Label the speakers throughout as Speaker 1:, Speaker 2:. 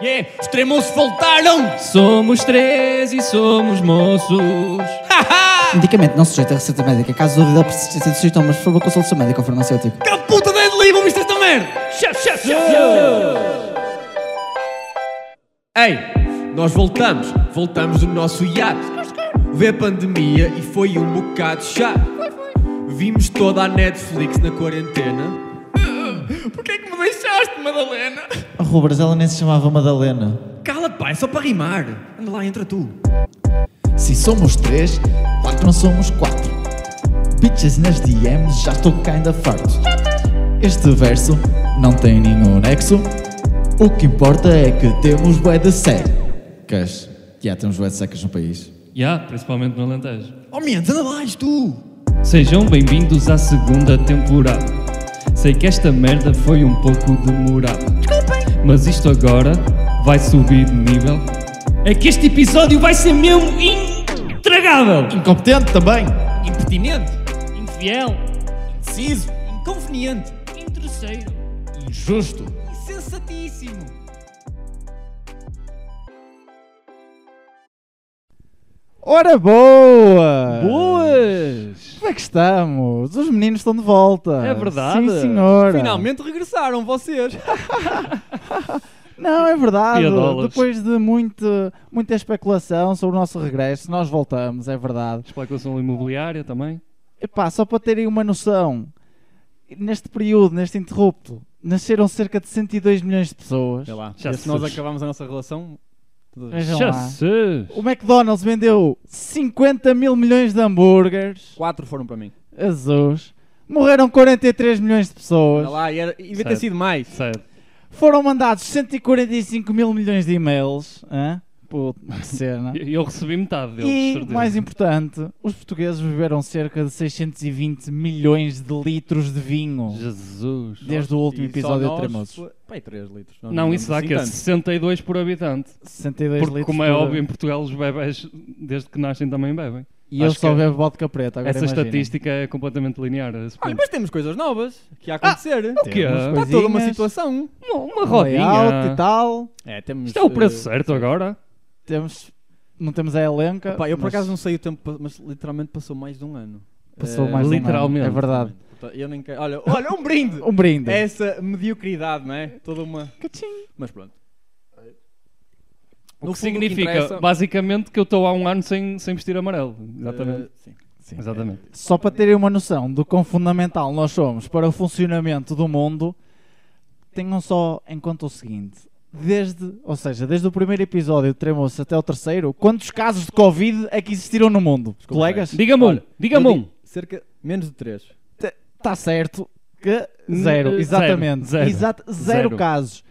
Speaker 1: Yeah, os tremoços voltaram!
Speaker 2: Somos três e somos moços.
Speaker 1: Haha!
Speaker 3: Medicamento não sujeito a receita médica. Caso dúvida ou persistência dos sintomas, por favor, consulte o seu médico ou farmacêutico.
Speaker 1: Que puta de livro, isto esta merda! Chef, chef, chef, Ei, nós voltamos, voltamos do nosso iate. Vê a pandemia e foi um bocado chato. Vimos toda a Netflix na quarentena.
Speaker 4: Porquê é que me deixaste, Madalena?
Speaker 5: Oh, Rubens, ela nem se chamava Madalena.
Speaker 1: Cala-te, pai, só para rimar. Anda lá, entra tu.
Speaker 5: Se somos três, quatro não somos quatro. Bitches nas DMs, já estou kinda farto. Este verso não tem nenhum nexo. O que importa é que temos bué de secas. Já temos bué de secas no país.
Speaker 2: Já, principalmente no Alentejo.
Speaker 1: Oh, menos, anda lá, és tu.
Speaker 2: Sejam bem-vindos à segunda temporada. Sei que esta merda foi um pouco demorada. Mas isto agora vai subir de nível. É que este episódio vai ser mesmo intragável.
Speaker 5: Incompetente também.
Speaker 1: Impertinente,
Speaker 2: Infiel,
Speaker 1: indeciso, inconveniente,
Speaker 2: interesseiro,
Speaker 5: Injusto.
Speaker 1: insensatíssimo.
Speaker 6: Ora boa!
Speaker 2: boas.
Speaker 6: Como é que estamos? Os meninos estão de volta.
Speaker 2: É verdade.
Speaker 6: Sim, senhora.
Speaker 4: Finalmente regressaram vocês.
Speaker 6: Não, é verdade.
Speaker 2: Piadolas.
Speaker 6: Depois de muito, muita especulação sobre o nosso regresso, nós voltamos, é verdade.
Speaker 2: Especulação imobiliária também.
Speaker 6: Epá, só para terem uma noção, neste período, neste interrupto, nasceram cerca de 102 milhões de pessoas.
Speaker 4: Sei lá,
Speaker 2: Já
Speaker 4: se nós
Speaker 2: se-
Speaker 4: acabámos a nossa relação,
Speaker 6: Vejam lá.
Speaker 2: Jesus.
Speaker 6: O McDonald's vendeu 50 mil milhões de hambúrgueres.
Speaker 4: quatro foram para mim.
Speaker 6: Azuis. Morreram 43 milhões de pessoas.
Speaker 4: Olha lá, e era, e devia ter
Speaker 2: Certo.
Speaker 4: sido mais.
Speaker 2: Certo.
Speaker 6: Foram mandados 145 mil milhões de e-mails. Hã? Puta que cena.
Speaker 2: Eu eu recebi metade deles,
Speaker 6: E,
Speaker 2: certeza.
Speaker 6: mais importante, os portugueses beberam cerca de 620 milhões de litros de vinho
Speaker 2: Jesus.
Speaker 6: desde o último
Speaker 4: E só
Speaker 6: episódio de
Speaker 4: nós
Speaker 6: Tremosos.
Speaker 4: foi- Pai, 3 litros.
Speaker 2: Não, isso dá
Speaker 4: assim
Speaker 2: que é
Speaker 4: tanto.
Speaker 2: 62 por habitante.
Speaker 6: 62
Speaker 2: Porque,
Speaker 6: litros
Speaker 2: como é
Speaker 6: por-
Speaker 2: óbvio, em Portugal os bebés, desde que nascem, também bebem.
Speaker 6: E eu
Speaker 2: acho
Speaker 6: só
Speaker 2: que
Speaker 6: bebo vodka preta. Agora
Speaker 2: Essa
Speaker 6: imaginem.
Speaker 2: estatística é completamente linear. a esse
Speaker 4: Olha,
Speaker 2: ponto.
Speaker 4: Ah, mas temos coisas novas que há a acontecer.
Speaker 2: é O quê?
Speaker 6: Temos
Speaker 4: Está toda uma
Speaker 6: coisinhas,
Speaker 4: situação.
Speaker 2: Uma, uma
Speaker 6: um layout e
Speaker 2: rodinha.
Speaker 6: tal.
Speaker 4: É, temos.
Speaker 2: Isto é o preço
Speaker 4: eh,
Speaker 2: certo agora.
Speaker 6: Temos, não temos a elenca.
Speaker 4: Pá, eu por
Speaker 6: mas
Speaker 4: acaso não sei o tempo, pa- mas literalmente passou mais de um ano.
Speaker 6: Passou
Speaker 4: Eh,
Speaker 6: mais de um ano,
Speaker 2: literalmente.
Speaker 6: É verdade.
Speaker 4: literalmente. Eu nem quero. Olha, olha, um brinde!
Speaker 6: Um brinde.
Speaker 4: É Essa mediocridade, não é? Toda uma. Mas pronto.
Speaker 2: O
Speaker 4: No fundo,
Speaker 2: que significa,
Speaker 4: interessa- eh,
Speaker 2: basicamente, que eu estou há um ano sem, sem vestir amarelo. Exatamente.
Speaker 4: Eh, sim.
Speaker 6: sim.
Speaker 2: Exatamente.
Speaker 6: Só para terem uma noção do quão fundamental nós somos para o funcionamento do mundo, tenham só em conta o seguinte: desde, ou seja, desde o primeiro episódio de Tremoço até o terceiro, quantos casos de Covid é que existiram no mundo? Colegas,
Speaker 2: Diga-me um.
Speaker 4: Olha,
Speaker 2: Diga-me
Speaker 4: eu
Speaker 2: um.
Speaker 4: digo Cerca. Menos de 3.
Speaker 6: está certo que zero,
Speaker 2: Zero,
Speaker 6: exatamente,
Speaker 2: zero,
Speaker 6: Exato, zero,
Speaker 2: zero.
Speaker 6: casos.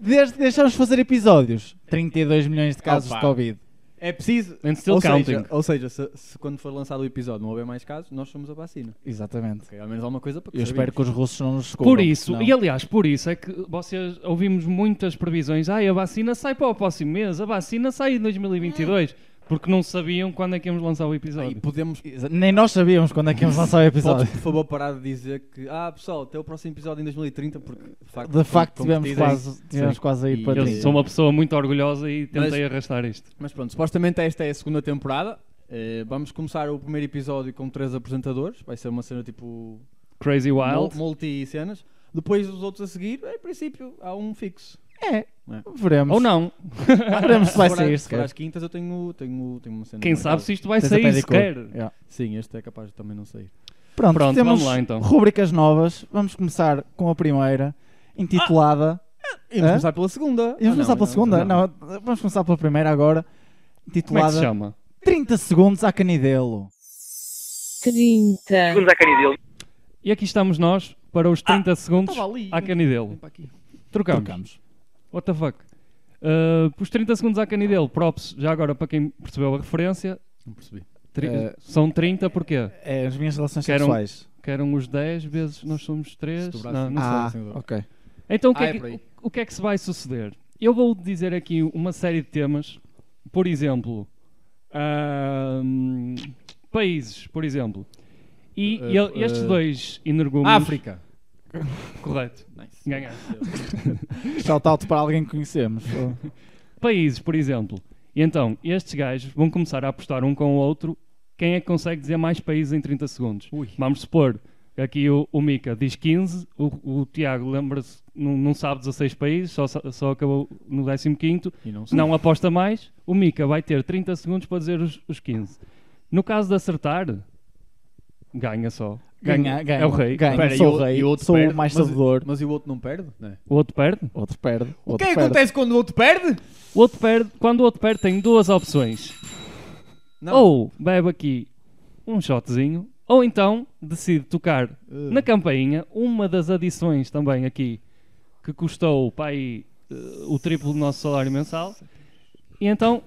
Speaker 6: Desde que deixamos de fazer episódios, 32 milhões de casos
Speaker 4: Opa.
Speaker 6: de Covid.
Speaker 4: É preciso.
Speaker 2: And still
Speaker 4: ou
Speaker 2: counting.
Speaker 4: Seja, ou seja, se, se quando for lançado o episódio não houver mais casos, nós somos a vacina.
Speaker 6: Exatamente.
Speaker 4: Ok, ao menos alguma coisa para
Speaker 6: Eu espero que os russos não nos descubram.
Speaker 2: Por isso,
Speaker 6: porque
Speaker 2: e
Speaker 6: não.
Speaker 2: aliás, por isso é que vocês ouvimos muitas previsões. Ai, a vacina sai para o próximo mês, a vacina sai em 2022. Porque não sabiam quando é que íamos lançar o
Speaker 4: E
Speaker 2: episódio.
Speaker 4: podemos.
Speaker 6: Exa- Nem nós sabíamos quando é que íamos lançar o episódio.
Speaker 4: Podes, por favor, parar de dizer que. Ah, pessoal, até o próximo episódio em 2030, porque de facto.
Speaker 6: De facto,
Speaker 4: como- como
Speaker 6: tivemos
Speaker 4: dizem-
Speaker 6: quase, tivemos
Speaker 4: Sim.
Speaker 6: quase a ir
Speaker 4: E-
Speaker 6: para
Speaker 2: Eu
Speaker 6: ti.
Speaker 2: sou uma pessoa muito orgulhosa e tentei
Speaker 4: Mas-
Speaker 2: arrastar isto.
Speaker 4: Mas pronto, supostamente esta é a segunda temporada. Eh, vamos começar o primeiro episódio com três apresentadores. Vai ser uma cena tipo.
Speaker 2: Crazy Wild.
Speaker 4: multi-cenas. Depois os outros a seguir, em princípio, há um fixo.
Speaker 6: É,
Speaker 4: É.
Speaker 6: veremos.
Speaker 2: Ou não.
Speaker 6: Veremos se vai
Speaker 4: Agora,
Speaker 6: sair
Speaker 4: se for
Speaker 6: sequer.
Speaker 4: às quintas eu tenho, tenho, tenho uma cena.
Speaker 2: Quem
Speaker 4: marcada.
Speaker 2: sabe se isto vai
Speaker 6: Tens a
Speaker 2: sair
Speaker 6: pedicure.
Speaker 2: sequer.
Speaker 6: Yeah.
Speaker 4: Sim, este é capaz de também não sair.
Speaker 6: Pronto,
Speaker 2: Pronto,
Speaker 6: temos
Speaker 2: vamos lá então.
Speaker 6: rubricas novas. Vamos começar com a primeira, intitulada.
Speaker 4: E vamos
Speaker 6: Hã?
Speaker 4: começar pela segunda.
Speaker 6: e vamos
Speaker 4: Ah,
Speaker 6: começar
Speaker 4: não,
Speaker 6: pela
Speaker 4: não,
Speaker 6: segunda?
Speaker 4: não.
Speaker 6: Não. vamos começar pela primeira agora,
Speaker 2: Como é que se
Speaker 6: intitulada
Speaker 2: chama?
Speaker 6: 30 Segundos a Canidelo.
Speaker 7: 30.
Speaker 2: E aqui estamos nós para os 30 segundos
Speaker 4: Estava ali.
Speaker 2: à
Speaker 4: Vem
Speaker 2: canidelo.
Speaker 4: para aqui.
Speaker 2: Trocamos. What the fuck? Uh, os 30 segundos à canidelo, props, já agora para quem percebeu a referência,
Speaker 4: Não percebi.
Speaker 2: tri-
Speaker 6: Eh,
Speaker 2: são 30 porquê?
Speaker 6: É as minhas relações
Speaker 2: Que eram-
Speaker 6: sexuais.
Speaker 2: Que eram os 10 vezes nós somos 3.
Speaker 4: dobrasse-
Speaker 2: Não, não sei.
Speaker 6: Ah,
Speaker 4: sei, não sei.
Speaker 6: ok.
Speaker 2: Então o que,
Speaker 4: Ah,
Speaker 2: é
Speaker 4: é
Speaker 2: que,
Speaker 4: por aí.
Speaker 2: o- o que é que se vai suceder? Eu vou dizer aqui uma série de temas, por exemplo, ahm, países, por exemplo. E,
Speaker 4: Uh,
Speaker 2: e el- estes
Speaker 4: uh,
Speaker 2: dois energúmenos
Speaker 4: África.
Speaker 2: Correto.
Speaker 4: Nice.
Speaker 2: Ganhaste.
Speaker 6: Shout-out para alguém que conhecemos.
Speaker 2: Países, por exemplo. E então, estes gajos vão começar a apostar um com o outro quem é que consegue dizer mais países em 30 segundos.
Speaker 8: Ui.
Speaker 2: Vamos supor, aqui o, o Mika diz 15, o, o Tiago lembra-se, não, não sabe 16 países, só, sa- só acabou no 15º,
Speaker 4: E não sei.
Speaker 2: não aposta mais, o Mika vai ter 30 segundos para dizer os, os 15. No caso de acertar, ganha só.
Speaker 6: Ganha, ganha.
Speaker 2: É o rei.
Speaker 6: Ganha,
Speaker 4: Espera,
Speaker 6: sou
Speaker 4: e
Speaker 6: o
Speaker 4: o-
Speaker 6: rei,
Speaker 4: e o outro
Speaker 6: sou
Speaker 4: perde,
Speaker 6: o mais
Speaker 4: mas-
Speaker 6: sabedor.
Speaker 4: Mas e o outro não perde? Não é?
Speaker 2: O outro perde?
Speaker 6: Outro perde.
Speaker 8: O que
Speaker 6: outro
Speaker 8: é que
Speaker 6: perde.
Speaker 8: acontece quando o outro perde?
Speaker 2: O outro perde, quando o outro perde tem duas opções.
Speaker 4: Não.
Speaker 2: Ou bebe aqui um shotzinho, ou então decide tocar na campainha uma das adições também aqui que custou para aí eh, o triplo do nosso salário mensal. E então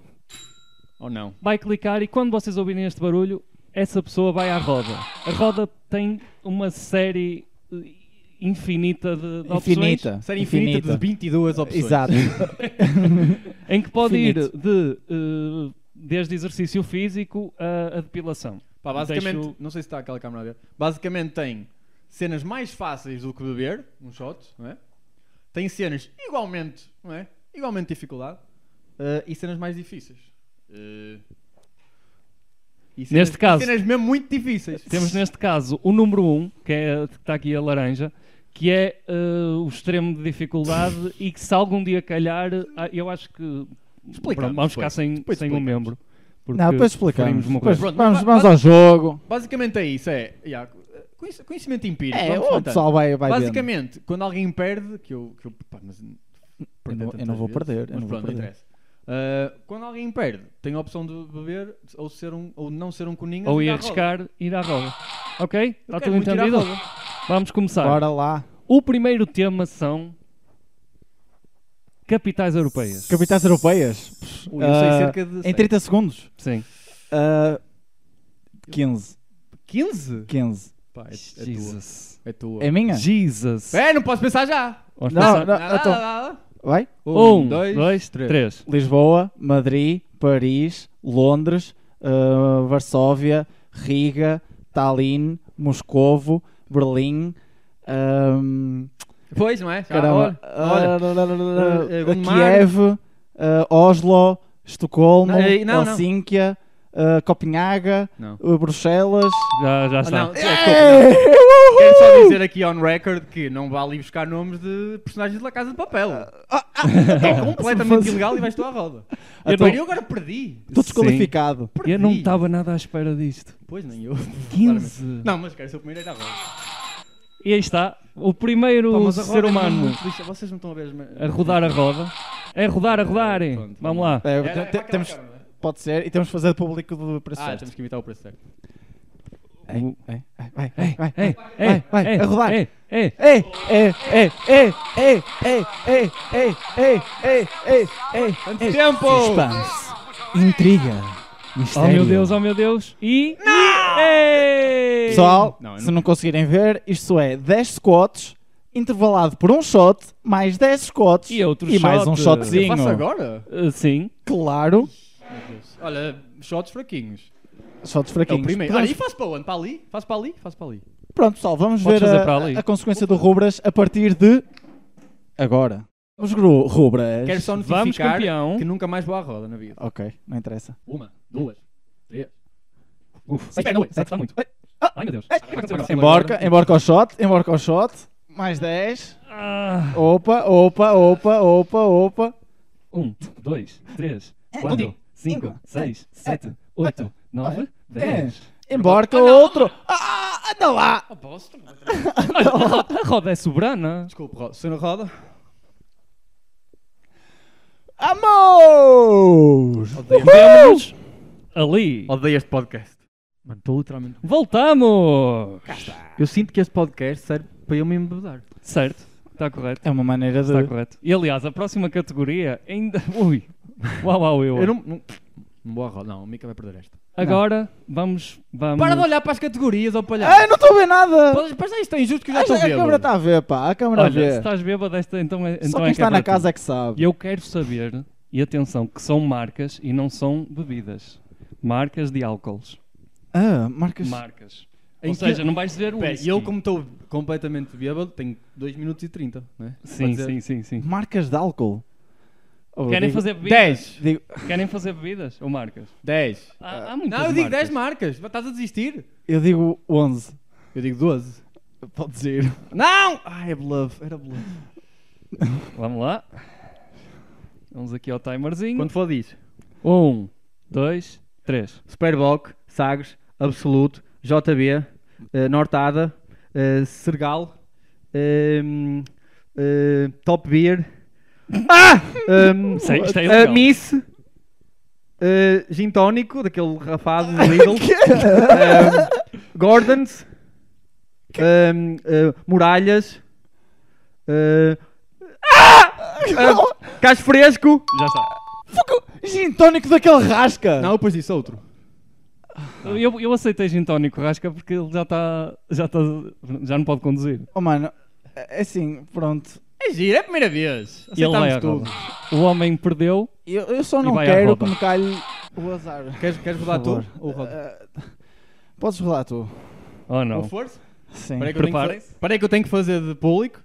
Speaker 4: Ou Oh, não?
Speaker 2: vai clicar e quando vocês ouvirem este barulho, essa pessoa vai à roda. A roda tem uma série eh, infinita de, de opções.
Speaker 6: Infinita.
Speaker 8: Série infinita, de 22 opções.
Speaker 6: Exato.
Speaker 2: Em que pode
Speaker 6: Finito.
Speaker 2: ir de, eh, desde exercício físico a, a depilação.
Speaker 4: Pá, basicamente,
Speaker 2: Deixo-
Speaker 4: não sei se está aquela câmera a ver. Basicamente tem cenas mais fáceis do que beber, um shot, não é? Tem cenas igualmente, não é? Igualmente de dificuldade. eh, e cenas mais difíceis. Eh, e cenas-
Speaker 2: Neste caso-
Speaker 4: Cenas mesmo muito difíceis.
Speaker 2: Temos neste caso o número 1, um, que é, que está aqui a laranja, que é eh, o extremo de dificuldade e que se algum dia calhar, ah, eu acho que pronto, vamos ficar
Speaker 4: depois.
Speaker 2: sem,
Speaker 4: Depois
Speaker 2: sem um
Speaker 4: explicamos.
Speaker 2: membro. Porque
Speaker 6: Não, depois explicamos.
Speaker 2: preferimos morrer.
Speaker 6: Depois,
Speaker 4: Pronto,
Speaker 6: vamos
Speaker 4: mas-
Speaker 6: vamos
Speaker 4: mas-
Speaker 6: ao jogo.
Speaker 4: Basicamente é isso, é. yeah, conhec- conhecimento empírico.
Speaker 6: É,
Speaker 4: vamos
Speaker 6: o
Speaker 4: contando.
Speaker 6: pessoal vai, vai vendo.
Speaker 4: Basicamente, quando alguém perde, que eu. Que eu, pá, mas
Speaker 6: Eu
Speaker 4: perder
Speaker 6: não, eu
Speaker 4: tantas
Speaker 6: não vou
Speaker 4: vezes,
Speaker 6: perder. Eu
Speaker 4: mas
Speaker 6: não vou
Speaker 4: pronto, não
Speaker 6: perder.
Speaker 4: interessa. Ah, quando alguém perde, tem a opção de beber ou, ser um, ou não ser um coninho
Speaker 2: Ou
Speaker 4: e
Speaker 2: ir
Speaker 4: à roda.
Speaker 2: arriscar, ir à roda. Ok?
Speaker 4: Eu
Speaker 6: Tá
Speaker 2: Está
Speaker 4: quero
Speaker 2: tudo
Speaker 4: muito ir à
Speaker 2: entendido?
Speaker 4: roda.
Speaker 2: Vamos começar.
Speaker 6: Bora lá.
Speaker 2: O primeiro tema são capitais europeias.
Speaker 6: Capitais europeias.
Speaker 4: Ui, eu sei
Speaker 6: Ah,
Speaker 4: cerca de
Speaker 6: Em
Speaker 4: sei,
Speaker 6: 30 segundos.
Speaker 2: Sim.
Speaker 6: Ah, 15.
Speaker 4: 15?
Speaker 6: 15.
Speaker 4: Pá, é, é tua.
Speaker 2: Jesus.
Speaker 4: É tua.
Speaker 6: É minha?
Speaker 2: Jesus.
Speaker 4: É, não posso pensar já.
Speaker 2: Vamos
Speaker 6: Não,
Speaker 2: passar.
Speaker 6: não,
Speaker 4: Lá, lá,
Speaker 6: então-
Speaker 4: lá, lá.
Speaker 6: Vai?
Speaker 2: Um, dois, três.
Speaker 6: Lisboa, Madrid, Paris, Londres, ah, Varsóvia, Riga, Tallinn, Moscovo, Berlim. ah, ahm,
Speaker 4: Pois, não é? Já,
Speaker 6: caramba.
Speaker 4: olha, olha.
Speaker 6: ah,
Speaker 4: eh, Gondomar.
Speaker 6: Kiev, ah, Oslo, Estocolmo,
Speaker 4: Não, eh, não, não.
Speaker 6: Helsínquia, ah, Copenhaga,
Speaker 4: Não.
Speaker 6: ah, Bruxelas.
Speaker 2: Já, já
Speaker 4: Ah,
Speaker 2: está.
Speaker 4: não, desculpa, não. Quero
Speaker 6: Uh!
Speaker 4: só dizer aqui on record que não vá ali buscar nomes de personagens da Casa de Papel.
Speaker 6: Ah,
Speaker 4: é completamente ilegal e vais tu à roda.
Speaker 2: Eu
Speaker 4: Eu,
Speaker 2: não-
Speaker 4: agora perdi.
Speaker 6: Estou desqualificado.
Speaker 2: Eu não
Speaker 4: Perdi.
Speaker 2: estava nada à espera disto.
Speaker 4: Pois nem eu.
Speaker 2: 15.
Speaker 4: Não, mas quero ser o primeiro a ir à roda.
Speaker 2: E aí está. O primeiro
Speaker 4: Pá, mas a roda
Speaker 2: ser
Speaker 4: é
Speaker 2: humano
Speaker 4: muito lixa. Vocês não estão a ver as... me-
Speaker 2: a rodar a roda. É rodar, a rodar. hein?
Speaker 4: Pronto,
Speaker 2: Vamos
Speaker 4: vamos
Speaker 2: lá.
Speaker 6: É,
Speaker 4: É, é, é,
Speaker 6: te-
Speaker 4: para
Speaker 6: temos-
Speaker 4: aquela câmara, não é?
Speaker 6: pode ser. E temos de fazer público do preço
Speaker 4: Ah,
Speaker 6: certo.
Speaker 4: temos que imitar o preço certo.
Speaker 6: Ei, ei, ei, ei, ei,
Speaker 2: É,
Speaker 6: ei,
Speaker 2: é,
Speaker 6: vai,
Speaker 2: é,
Speaker 6: a rodar.
Speaker 2: É, é.
Speaker 6: ei, ei, ei, ei, ei, ei, ei, ei, ei, ei, ei, ei, ei.
Speaker 4: Tempo!
Speaker 6: Suspense. Intriga.
Speaker 2: Oh
Speaker 6: Mistério.
Speaker 2: meu Deus, oh meu Deus. E. Ei!
Speaker 6: Pessoal,
Speaker 4: Não, eu
Speaker 6: se
Speaker 4: não-
Speaker 6: não conseguirem ver, isto é 10 squats intervalado por um shot, mais 10 squats
Speaker 2: E outro
Speaker 6: mais
Speaker 2: shot.
Speaker 6: um
Speaker 4: Eu
Speaker 6: shotzinho.
Speaker 4: faço agora?
Speaker 2: Uh, sim.
Speaker 6: Claro.
Speaker 4: Olha, shots fraquinhos.
Speaker 6: Shots
Speaker 4: É o
Speaker 6: fraquinhos.
Speaker 4: primeiro.
Speaker 6: Podemos-
Speaker 4: Olha, e faço para onde? Para ali? Faço para ali? Faço para ali.
Speaker 6: Pronto, pessoal, vamos
Speaker 2: Podes
Speaker 6: ver
Speaker 2: fazer
Speaker 6: a,
Speaker 2: para ali.
Speaker 6: a consequência do Rubras a partir de agora. Os gru- Rubras.
Speaker 4: Quero só notificar
Speaker 2: Vamos, campeão.
Speaker 4: que nunca mais vou à roda na vida.
Speaker 6: Ok, não interessa.
Speaker 4: Uma, duas, três.
Speaker 2: Uf, espera, não, está muito. Ai meu Deus.
Speaker 6: Embarca, embarca o shot, embarca o shot. Mais 10.
Speaker 2: Ah,
Speaker 6: Opa, opa, opa, opa, opa.
Speaker 2: um, dois, três, quatro, cinco, seis, sete, oito, nove, dez.
Speaker 6: É, Embarca outro. Ah, anda lá.
Speaker 2: A roda é soberana.
Speaker 4: Desculpa, roda. Se não roda,
Speaker 6: Amor.
Speaker 2: Vemos ali.
Speaker 4: odeio este podcast. Mano, estou literalmente.
Speaker 2: Voltamos!
Speaker 4: Eu sinto que este podcast serve para eu me embebedar.
Speaker 2: Certo, está correto.
Speaker 6: É uma maneira
Speaker 2: Está
Speaker 6: de...
Speaker 2: correto. E aliás, a próxima categoria ainda. Ui! Uau, uau, eu.
Speaker 4: Eu não. Não, não vou à roda, não. O Mika vai perder esta.
Speaker 2: Agora vamos. vamos...
Speaker 4: Para de olhar para as categorias, ó
Speaker 6: Ai,
Speaker 4: palhaço.
Speaker 6: Ah, não estou a ver nada.
Speaker 4: Podes pensar isto é injusto que eu já
Speaker 6: Ai,
Speaker 4: estou
Speaker 6: já- A, câmera está a ver, pá. A câmera a
Speaker 2: Olha, se
Speaker 6: ver.
Speaker 2: estás bêbado, esta então é.
Speaker 6: Só
Speaker 2: então
Speaker 6: quem
Speaker 2: é que é
Speaker 6: está na
Speaker 2: para ti.
Speaker 6: casa é que sabe.
Speaker 2: E eu quero saber, e atenção, que são marcas e não são bebidas. Marcas de álcools.
Speaker 6: Ah, marcas...
Speaker 2: Marcas.
Speaker 4: Em
Speaker 2: Ou
Speaker 4: que-
Speaker 2: seja, não vais dizer o
Speaker 4: Pera, e eu, como estou completamente bêbado, tenho 2 minutos e 30, né?
Speaker 2: Sim, sim, sim, sim.
Speaker 6: Marcas de
Speaker 4: Hum.
Speaker 6: álcool. Oh,
Speaker 2: Querem
Speaker 6: digo-
Speaker 2: fazer bebidas?
Speaker 4: 10!
Speaker 6: digo-
Speaker 2: Querem fazer bebidas ou marcas?
Speaker 4: 10!
Speaker 2: Há, há muitas
Speaker 4: Ah, Não, eu digo 10
Speaker 2: marcas.
Speaker 4: marcas, Mas estás a desistir?
Speaker 6: eu digo 11.
Speaker 4: Eu digo 12.
Speaker 6: Pode dizer.
Speaker 4: Não! Ah, é bluff, era bluff.
Speaker 2: Vamos lá. Vamos aqui ao timerzinho.
Speaker 4: Quando for diz:
Speaker 2: Um, dois, três.
Speaker 4: Superboc, Sagres, Absoluto, JB, eh, Nortada, eh, Sergal, ehm, eh, Top Beer, ah! Ehm,
Speaker 2: Sei, isto é
Speaker 4: eh,
Speaker 2: ilegal.
Speaker 4: Miss, eh, Gin Tónico, daquele rafado do Lidl, ehm, Gordons, ehm, eh, Muralhas, eh, ah! Eh, Cacho Fresco.
Speaker 2: Já está.
Speaker 6: Gin tónico daquele rasca.
Speaker 4: Não, depois disse outro. Tá.
Speaker 2: Eu, eu aceitei gin tónico rasca porque ele já está. Já, tá, já não pode conduzir.
Speaker 6: Oh, mano. É assim, pronto.
Speaker 4: É giro, é a primeira vez.
Speaker 2: E ele vai à
Speaker 4: Aceitamos tudo.
Speaker 2: roda. O homem perdeu.
Speaker 6: Eu, eu só não
Speaker 2: vai à
Speaker 6: quero
Speaker 2: roda.
Speaker 6: que me calhe o azar.
Speaker 4: Queres, queres rodar tu?
Speaker 6: favor.
Speaker 4: Ou roda?
Speaker 6: Podes rolar tu.
Speaker 2: Oh
Speaker 4: Com
Speaker 2: não.
Speaker 4: força?
Speaker 6: Sim.
Speaker 4: Espera aí que eu tenho que fa-
Speaker 2: Preparem-se.
Speaker 4: espera aí que eu tenho que fazer de público.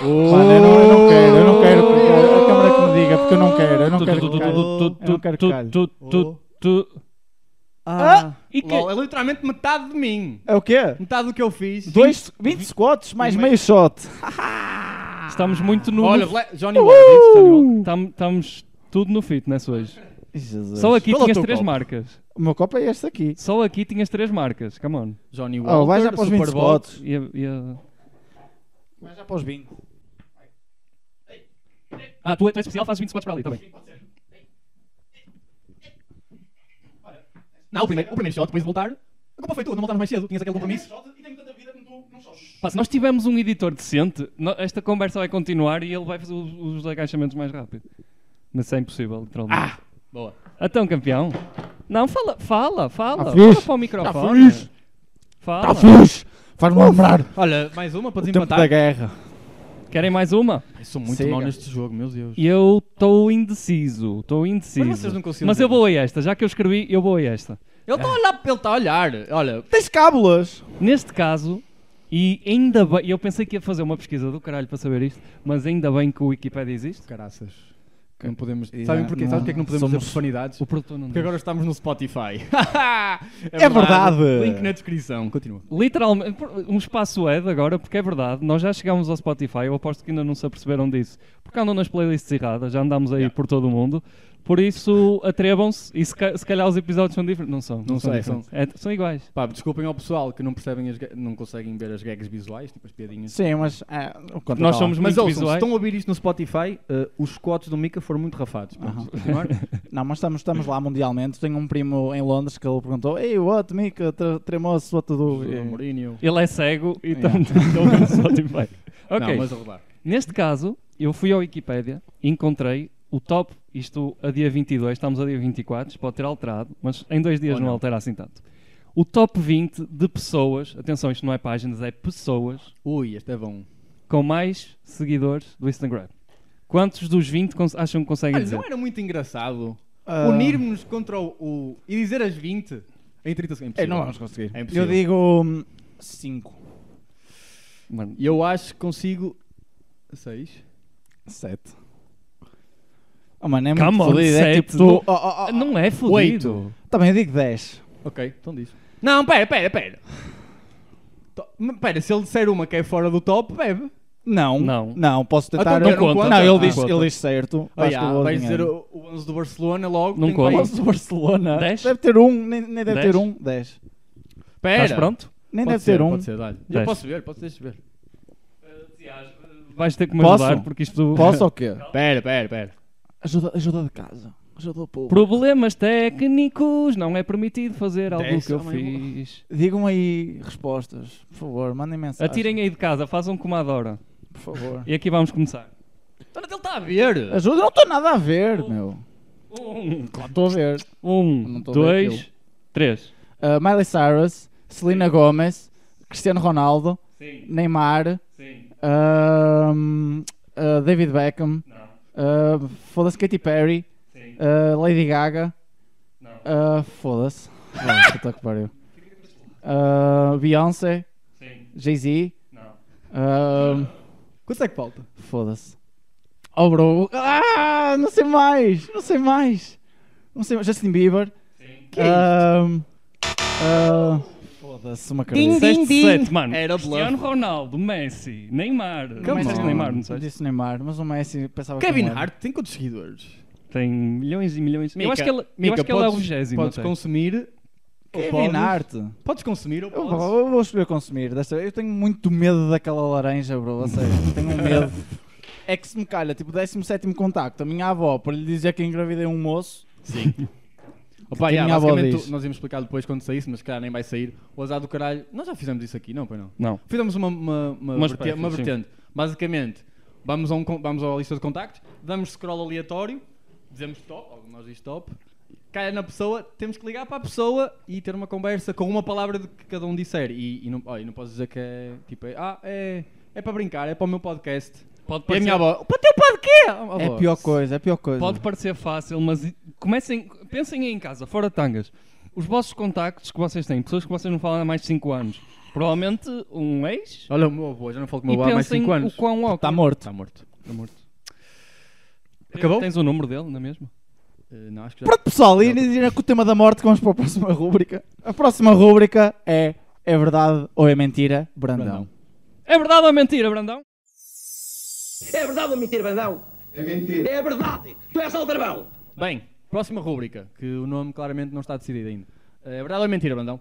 Speaker 6: Mano, eu, não, eu não quero, eu não quero. que a- A câmara que me diga, porque eu não quero. Eu não quero que calhe. Eu não quero que calhe.
Speaker 2: Tu, tu, tu, tu.
Speaker 4: Ah,
Speaker 2: E que-
Speaker 4: lol, é literalmente metade de mim.
Speaker 6: É o quê?
Speaker 4: Metade do que eu fiz.
Speaker 6: Dois, 20 squats mais meio shot.
Speaker 2: Estamos muito no.
Speaker 4: Olha, Bla- Johnny Wallace. Johnny Walker.
Speaker 2: Tam- Estamos tudo no fitness hoje.
Speaker 6: Jesus.
Speaker 2: Só aqui
Speaker 4: Qual é o
Speaker 2: tinhas
Speaker 4: teu
Speaker 2: três
Speaker 4: copo?
Speaker 2: marcas.
Speaker 6: O meu copo é este aqui.
Speaker 2: Só aqui tinhas três marcas. Come on.
Speaker 4: Johnny
Speaker 6: Oh, vai já
Speaker 4: Walker,
Speaker 6: para os 20
Speaker 4: Super Bowl.
Speaker 6: spots.
Speaker 2: E a- e a-
Speaker 6: Vai já para os 20.
Speaker 2: Ah, tu és especial, fazes 20 spots para ali também.
Speaker 4: Não, o primeiro, o primeiro shot, depois de voltar. A culpa foi tua, não voltaram mais cedo. Tinhas aquele compromisso.
Speaker 2: Pá, se nós tivermos um editor decente, no- esta conversa vai continuar e ele vai fazer os, os agachamentos mais rápido. Mas isso é impossível, literalmente. Ah!
Speaker 4: Boa.
Speaker 2: Então, campeão. Não, fala, fala, fala.
Speaker 6: Tá
Speaker 2: fala
Speaker 6: fixe.
Speaker 2: para o microfone. Fala.
Speaker 6: Fux! Faz-me lembrar.
Speaker 4: Olha, mais uma para
Speaker 6: O tempo da
Speaker 4: desempatar.
Speaker 6: guerra.
Speaker 2: Querem mais uma?
Speaker 4: Eu sou muito
Speaker 6: Siga.
Speaker 4: mau neste jogo, meu Deus.
Speaker 2: Eu estou indeciso. Estou indeciso.
Speaker 4: Mas vocês não conseguiram
Speaker 2: Mas eu
Speaker 4: ver.
Speaker 2: vou a esta. Já que eu escrevi, eu vou a esta.
Speaker 4: Ele está a olhar, ele está a olhar. Olha,
Speaker 6: Tens cábulas?
Speaker 2: Neste caso, e ainda bem... Eu pensei que ia fazer uma pesquisa do caralho para saber isto, mas ainda bem que o Wikipedia existe.
Speaker 4: Caraças. Não podemos.
Speaker 6: Yeah,
Speaker 4: Sabem porquê?
Speaker 6: não.
Speaker 4: Sabes porquê é que não podemos
Speaker 6: Somos-
Speaker 4: ter profanidades?
Speaker 2: O produtor não
Speaker 4: Porque
Speaker 2: diz.
Speaker 4: agora estamos no Spotify. é,
Speaker 6: verdade.
Speaker 4: Link na descrição. Continua.
Speaker 2: Literalmente, por- um espaço é de agora, porque é verdade, nós já chegámos ao Spotify, eu aposto que ainda não se aperceberam disso, porque andam nas playlists erradas, já andámos aí por todo o mundo, por isso atrevam-se, e se, ca- se calhar os episódios são diferentes, não são, não,
Speaker 4: Não
Speaker 2: são,
Speaker 4: sei,
Speaker 2: diferentes. É, são iguais.
Speaker 4: Pá, desculpem ao pessoal que não percebem, as ga- não conseguem ver as gags visuais, tipo as piadinhas.
Speaker 6: Sim, mas. ah, o conta
Speaker 2: Nós
Speaker 6: tá lá.
Speaker 2: somos
Speaker 4: Mas
Speaker 2: muito
Speaker 4: ouçam, se
Speaker 2: visuais.
Speaker 4: estão a ouvir isto no Spotify, eh, os cotes do Mika foram muito rafados. Pronto, continuar.
Speaker 6: Não, mas estamos, estamos lá mundialmente. Tenho um primo em Londres que ele perguntou: Ei, what, Mika, tre- tremou-se, what do.
Speaker 4: O Mourinho.
Speaker 2: Ele é cego e então estão no Spotify. Ok,
Speaker 4: Não, mas a rodar.
Speaker 2: neste caso, eu fui ao Wikipedia e encontrei o top, isto a dia 22, estamos a dia 24, isto pode ter alterado, mas em dois dias
Speaker 4: Ou
Speaker 2: não,
Speaker 4: não.
Speaker 2: altera assim tanto. O top 20 de pessoas, atenção, isto não é páginas, é pessoas
Speaker 4: Ui, este é bom.
Speaker 2: com mais seguidores do Instagram. Quantos dos 20 cons- acham que conseguem
Speaker 4: Olha,
Speaker 2: dizer?
Speaker 4: Ah, não é. era muito engraçado
Speaker 6: Ah.
Speaker 4: unirmos-nos contra o, o- e dizer as 20 em 30 segundos? É impossível.
Speaker 6: Ei, não vamos conseguir.
Speaker 4: É impossível.
Speaker 6: Eu digo hum, 5,
Speaker 2: Mano,
Speaker 4: E eu acho que consigo 6.
Speaker 6: 7. Oh, mano, é muito
Speaker 2: Come on,
Speaker 6: fodido, é
Speaker 2: sete.
Speaker 6: tipo tu-
Speaker 2: Não-
Speaker 6: oh, oh, oh.
Speaker 2: não é fodido.
Speaker 6: Também eu digo 10.
Speaker 4: Ok, então diz. Não, pera, pera, pera. To- mas Pera, se ele disser uma que é fora do top, bebe.
Speaker 6: Não,
Speaker 2: Não.
Speaker 6: não, posso tentar. um
Speaker 4: Então, não
Speaker 2: conta.
Speaker 6: Não,
Speaker 2: Ah,
Speaker 6: ele diz,
Speaker 2: conta.
Speaker 6: ele diz certo.
Speaker 4: Olha,
Speaker 6: Acho que eu vou
Speaker 4: Ah, vais
Speaker 6: adivinhar.
Speaker 4: dizer o, o 11 do Barcelona logo.
Speaker 2: Não
Speaker 4: tem
Speaker 2: conta.
Speaker 4: que-
Speaker 6: Onze do Barcelona.
Speaker 2: Dez?
Speaker 6: Deve ter um, nem, nem deve
Speaker 2: Dez?
Speaker 6: ter um. 10.
Speaker 4: Pera.
Speaker 2: Estás pronto?
Speaker 6: Nem
Speaker 4: Pode
Speaker 6: deve
Speaker 4: ser,
Speaker 6: ter um.
Speaker 4: Pode ser, dá-lhe. Eu
Speaker 2: Dez.
Speaker 4: posso ver, posso deixa ver.
Speaker 2: Vais ter que me
Speaker 6: Posso?
Speaker 2: ajudar porque isto.
Speaker 6: Posso ou quê?
Speaker 4: Pera, pera, pera.
Speaker 6: Ajuda, ajuda de casa. Ajuda o povo.
Speaker 2: Problemas técnicos, não é permitido fazer algo
Speaker 4: Dez,
Speaker 2: que eu
Speaker 4: ah, mãe,
Speaker 2: fiz.
Speaker 6: Digam aí respostas, por favor. Mandem mensagem.
Speaker 2: Atirem aí de casa, façam como adora.
Speaker 6: por favor.
Speaker 2: E aqui vamos começar.
Speaker 4: Então ele está a ver.
Speaker 6: Ajuda, não estou nada a ver, meu.
Speaker 2: Um,
Speaker 6: Claro, estou a ver.
Speaker 2: um
Speaker 6: Não tô a ver
Speaker 2: dois, três.
Speaker 6: Uh, Miley Cyrus, Selena Gomez, Cristiano Ronaldo,
Speaker 2: Sim,
Speaker 6: Neymar,
Speaker 2: sim.
Speaker 6: um, uh, David Beckham,
Speaker 2: Não,
Speaker 6: uh, foda-se Katy Perry,
Speaker 2: sim.
Speaker 6: Ah, Lady Gaga. Ah, Foda-se. Vai, puta que pariu. Ah, Beyoncé.
Speaker 9: Sim.
Speaker 6: Jay-Z.
Speaker 9: Não.
Speaker 6: Ah,
Speaker 4: Quanto é que falta?
Speaker 6: Foda-se. Oh, bro. Ah, não sei mais. Não sei mais. Não sei mais. Justin Bieber.
Speaker 9: Sim.
Speaker 6: Que Ahm, ah, Foda-se, uma cabeça.
Speaker 10: Ding, ding,
Speaker 9: Disseste
Speaker 10: ding.
Speaker 9: sete, mano.
Speaker 4: Era
Speaker 9: Cristiano
Speaker 4: bluff.
Speaker 9: Ronaldo, Messi, Neymar. Não
Speaker 6: Come
Speaker 9: disseste
Speaker 6: on.
Speaker 9: é Neymar, não
Speaker 6: Eu
Speaker 9: disseste?
Speaker 6: disse Neymar, mas o Messi pensava que
Speaker 4: Kevin
Speaker 6: não era.
Speaker 4: Hart tem quantos seguidores?
Speaker 9: Tem milhões e milhões. eu
Speaker 4: Mica,
Speaker 9: acho que ele, eu
Speaker 4: Mica,
Speaker 9: acho que ele é o
Speaker 4: podes-
Speaker 9: vigésimo.
Speaker 4: Podes
Speaker 9: até.
Speaker 4: consumir. ou
Speaker 6: Kevin
Speaker 4: podes-
Speaker 6: Hart.
Speaker 4: Podes consumir ou
Speaker 6: Eu
Speaker 4: podes.
Speaker 6: vou, eu vou escolher consumir. Desta vez. Eu tenho muito medo daquela laranja, bro. A sério, tenho um medo. É que se me calha, tipo, 17 contacto, a minha avó, para lhe dizer que engravidei um moço.
Speaker 4: Sim. Opa,
Speaker 6: Que
Speaker 4: yeah,
Speaker 6: minha avó
Speaker 4: basicamente
Speaker 6: diz.
Speaker 4: tu- nós íamos explicar depois quando saísse, mas se calhar nem vai sair. O azar do caralho. Nós já fizemos isso aqui, não, pois não?
Speaker 9: Não.
Speaker 4: Fizemos uma, uma, uma,
Speaker 9: Uma
Speaker 4: vertente, uma
Speaker 9: espécie, sim.
Speaker 4: vertente. Basicamente, vamos, a um, con- vamos à lista de contactos, damos scroll aleatório, dizemos top, algum de nós diz top, cai na pessoa, temos que ligar para a pessoa e ter uma conversa com uma palavra de que cada um disser. E, e não, oh, e não podes dizer que é tipo, é, ah, é, é para brincar, é para o meu podcast.
Speaker 9: Pode
Speaker 4: E a
Speaker 9: parecer,
Speaker 4: minha avó, para o teu podcast!
Speaker 6: É a pior coisa, é a pior coisa.
Speaker 9: pode parecer fácil, mas i- comecem, pensem aí em casa, fora de tangas. Os vossos contactos que vocês têm, pessoas que vocês não falam há mais de 5 anos, provavelmente um ex.
Speaker 4: Olha o meu avô, já não falo com o
Speaker 9: E
Speaker 4: meu avô há mais
Speaker 9: pensem
Speaker 4: 5
Speaker 9: o
Speaker 4: anos.
Speaker 9: quão óbvio.
Speaker 6: Está morto.
Speaker 4: Está morto.
Speaker 9: Tá morto.
Speaker 4: Acabou?
Speaker 9: Tens o número dele, não é mesmo?
Speaker 4: Eh, não, acho que já.
Speaker 6: Pronto, pessoal, e ainda com o tema da morte, vamos para a próxima rúbrica. A próxima rúbrica é É verdade ou é mentira, Brandão?
Speaker 4: Brandão.
Speaker 9: É verdade ou é mentira, Brandão?
Speaker 10: É verdade ou mentira, Brandão? É mentira. É verdade. Tu és aldrabão.
Speaker 4: Bem, próxima rúbrica, que o nome claramente não está decidido ainda. É verdade ou é mentira, Brandão?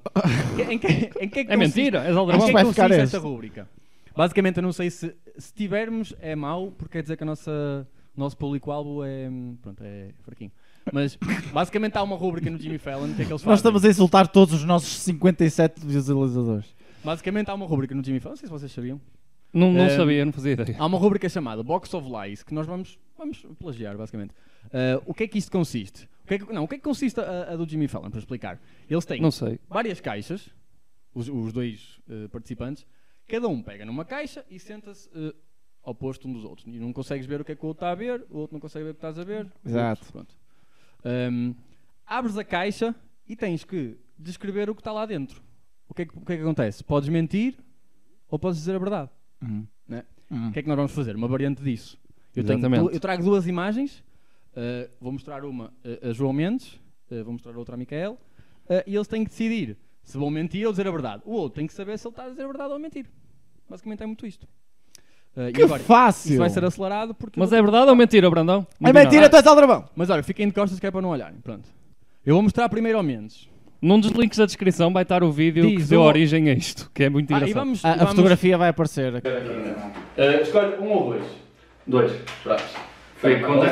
Speaker 4: em que, em que é que
Speaker 9: É mentira, és aldrabão.
Speaker 4: Em que é
Speaker 6: vai
Speaker 4: que
Speaker 6: ficar
Speaker 4: consiste
Speaker 6: esse.
Speaker 4: esta rúbrica? Basicamente, eu não sei se, se tivermos é mau, porque quer dizer que a nossa, o nosso público-alvo é, hum, pronto, é fraquinho. Mas, basicamente, há uma rúbrica no Jimmy Fallon, que é que eles fazem.
Speaker 6: Nós estamos a insultar todos os nossos 57 visualizadores.
Speaker 4: Basicamente, há uma rúbrica no Jimmy Fallon, não sei se vocês sabiam.
Speaker 9: Não, não
Speaker 4: Eh,
Speaker 9: sabia, não fazia ideia.
Speaker 4: Há uma rubrica chamada Box of Lies que nós vamos, vamos plagiar, basicamente. Ah, o que é que isto consiste? O que é que- não, o que é que consiste a, a do Jimmy Fallon, para explicar? Eles têm
Speaker 9: Não sei.
Speaker 4: várias caixas, os, os dois eh, participantes, cada um pega numa caixa e senta-se eh, oposto um dos outros. E não consegues ver o que é que o outro está a ver, o outro não consegue ver o que estás a ver.
Speaker 6: Exato.
Speaker 4: Pronto. Ahm, abres a caixa e tens que descrever o que está lá dentro. O que, é que, o que é que acontece? Podes mentir ou podes dizer a verdade. Né? O que é que nós vamos fazer? Uma variante disso. Eu, tenho
Speaker 9: Exatamente.
Speaker 4: du- eu trago duas imagens, eh, vou mostrar uma eh, a João Mendes, eh, vou mostrar outra a Micael, eh, e eles têm que decidir se vão mentir ou dizer a verdade. O outro tem que saber se ele está a dizer a verdade ou a mentir. Basicamente é muito isto. Eh,
Speaker 6: Que fácil!
Speaker 4: Isso vai ser acelerado porque.
Speaker 9: Mas é verdade ou mentira, Brandão?
Speaker 6: É mentira, tu és aldrabão!
Speaker 4: Mas olha, fiquem de costas que é para não olharem. Pronto. Eu vou mostrar primeiro ao Mendes.
Speaker 9: Num dos links da descrição vai estar o vídeo
Speaker 4: Diz
Speaker 9: que deu
Speaker 4: o-
Speaker 9: origem a isto, que é muito
Speaker 4: Ah,
Speaker 9: engraçado.
Speaker 4: e vamos.
Speaker 6: A, a
Speaker 4: vamos-
Speaker 6: fotografia vai aparecer.
Speaker 2: Ah,
Speaker 4: Eh, escolhe um ou dois.
Speaker 2: Dois. Pronto. Foi a conta.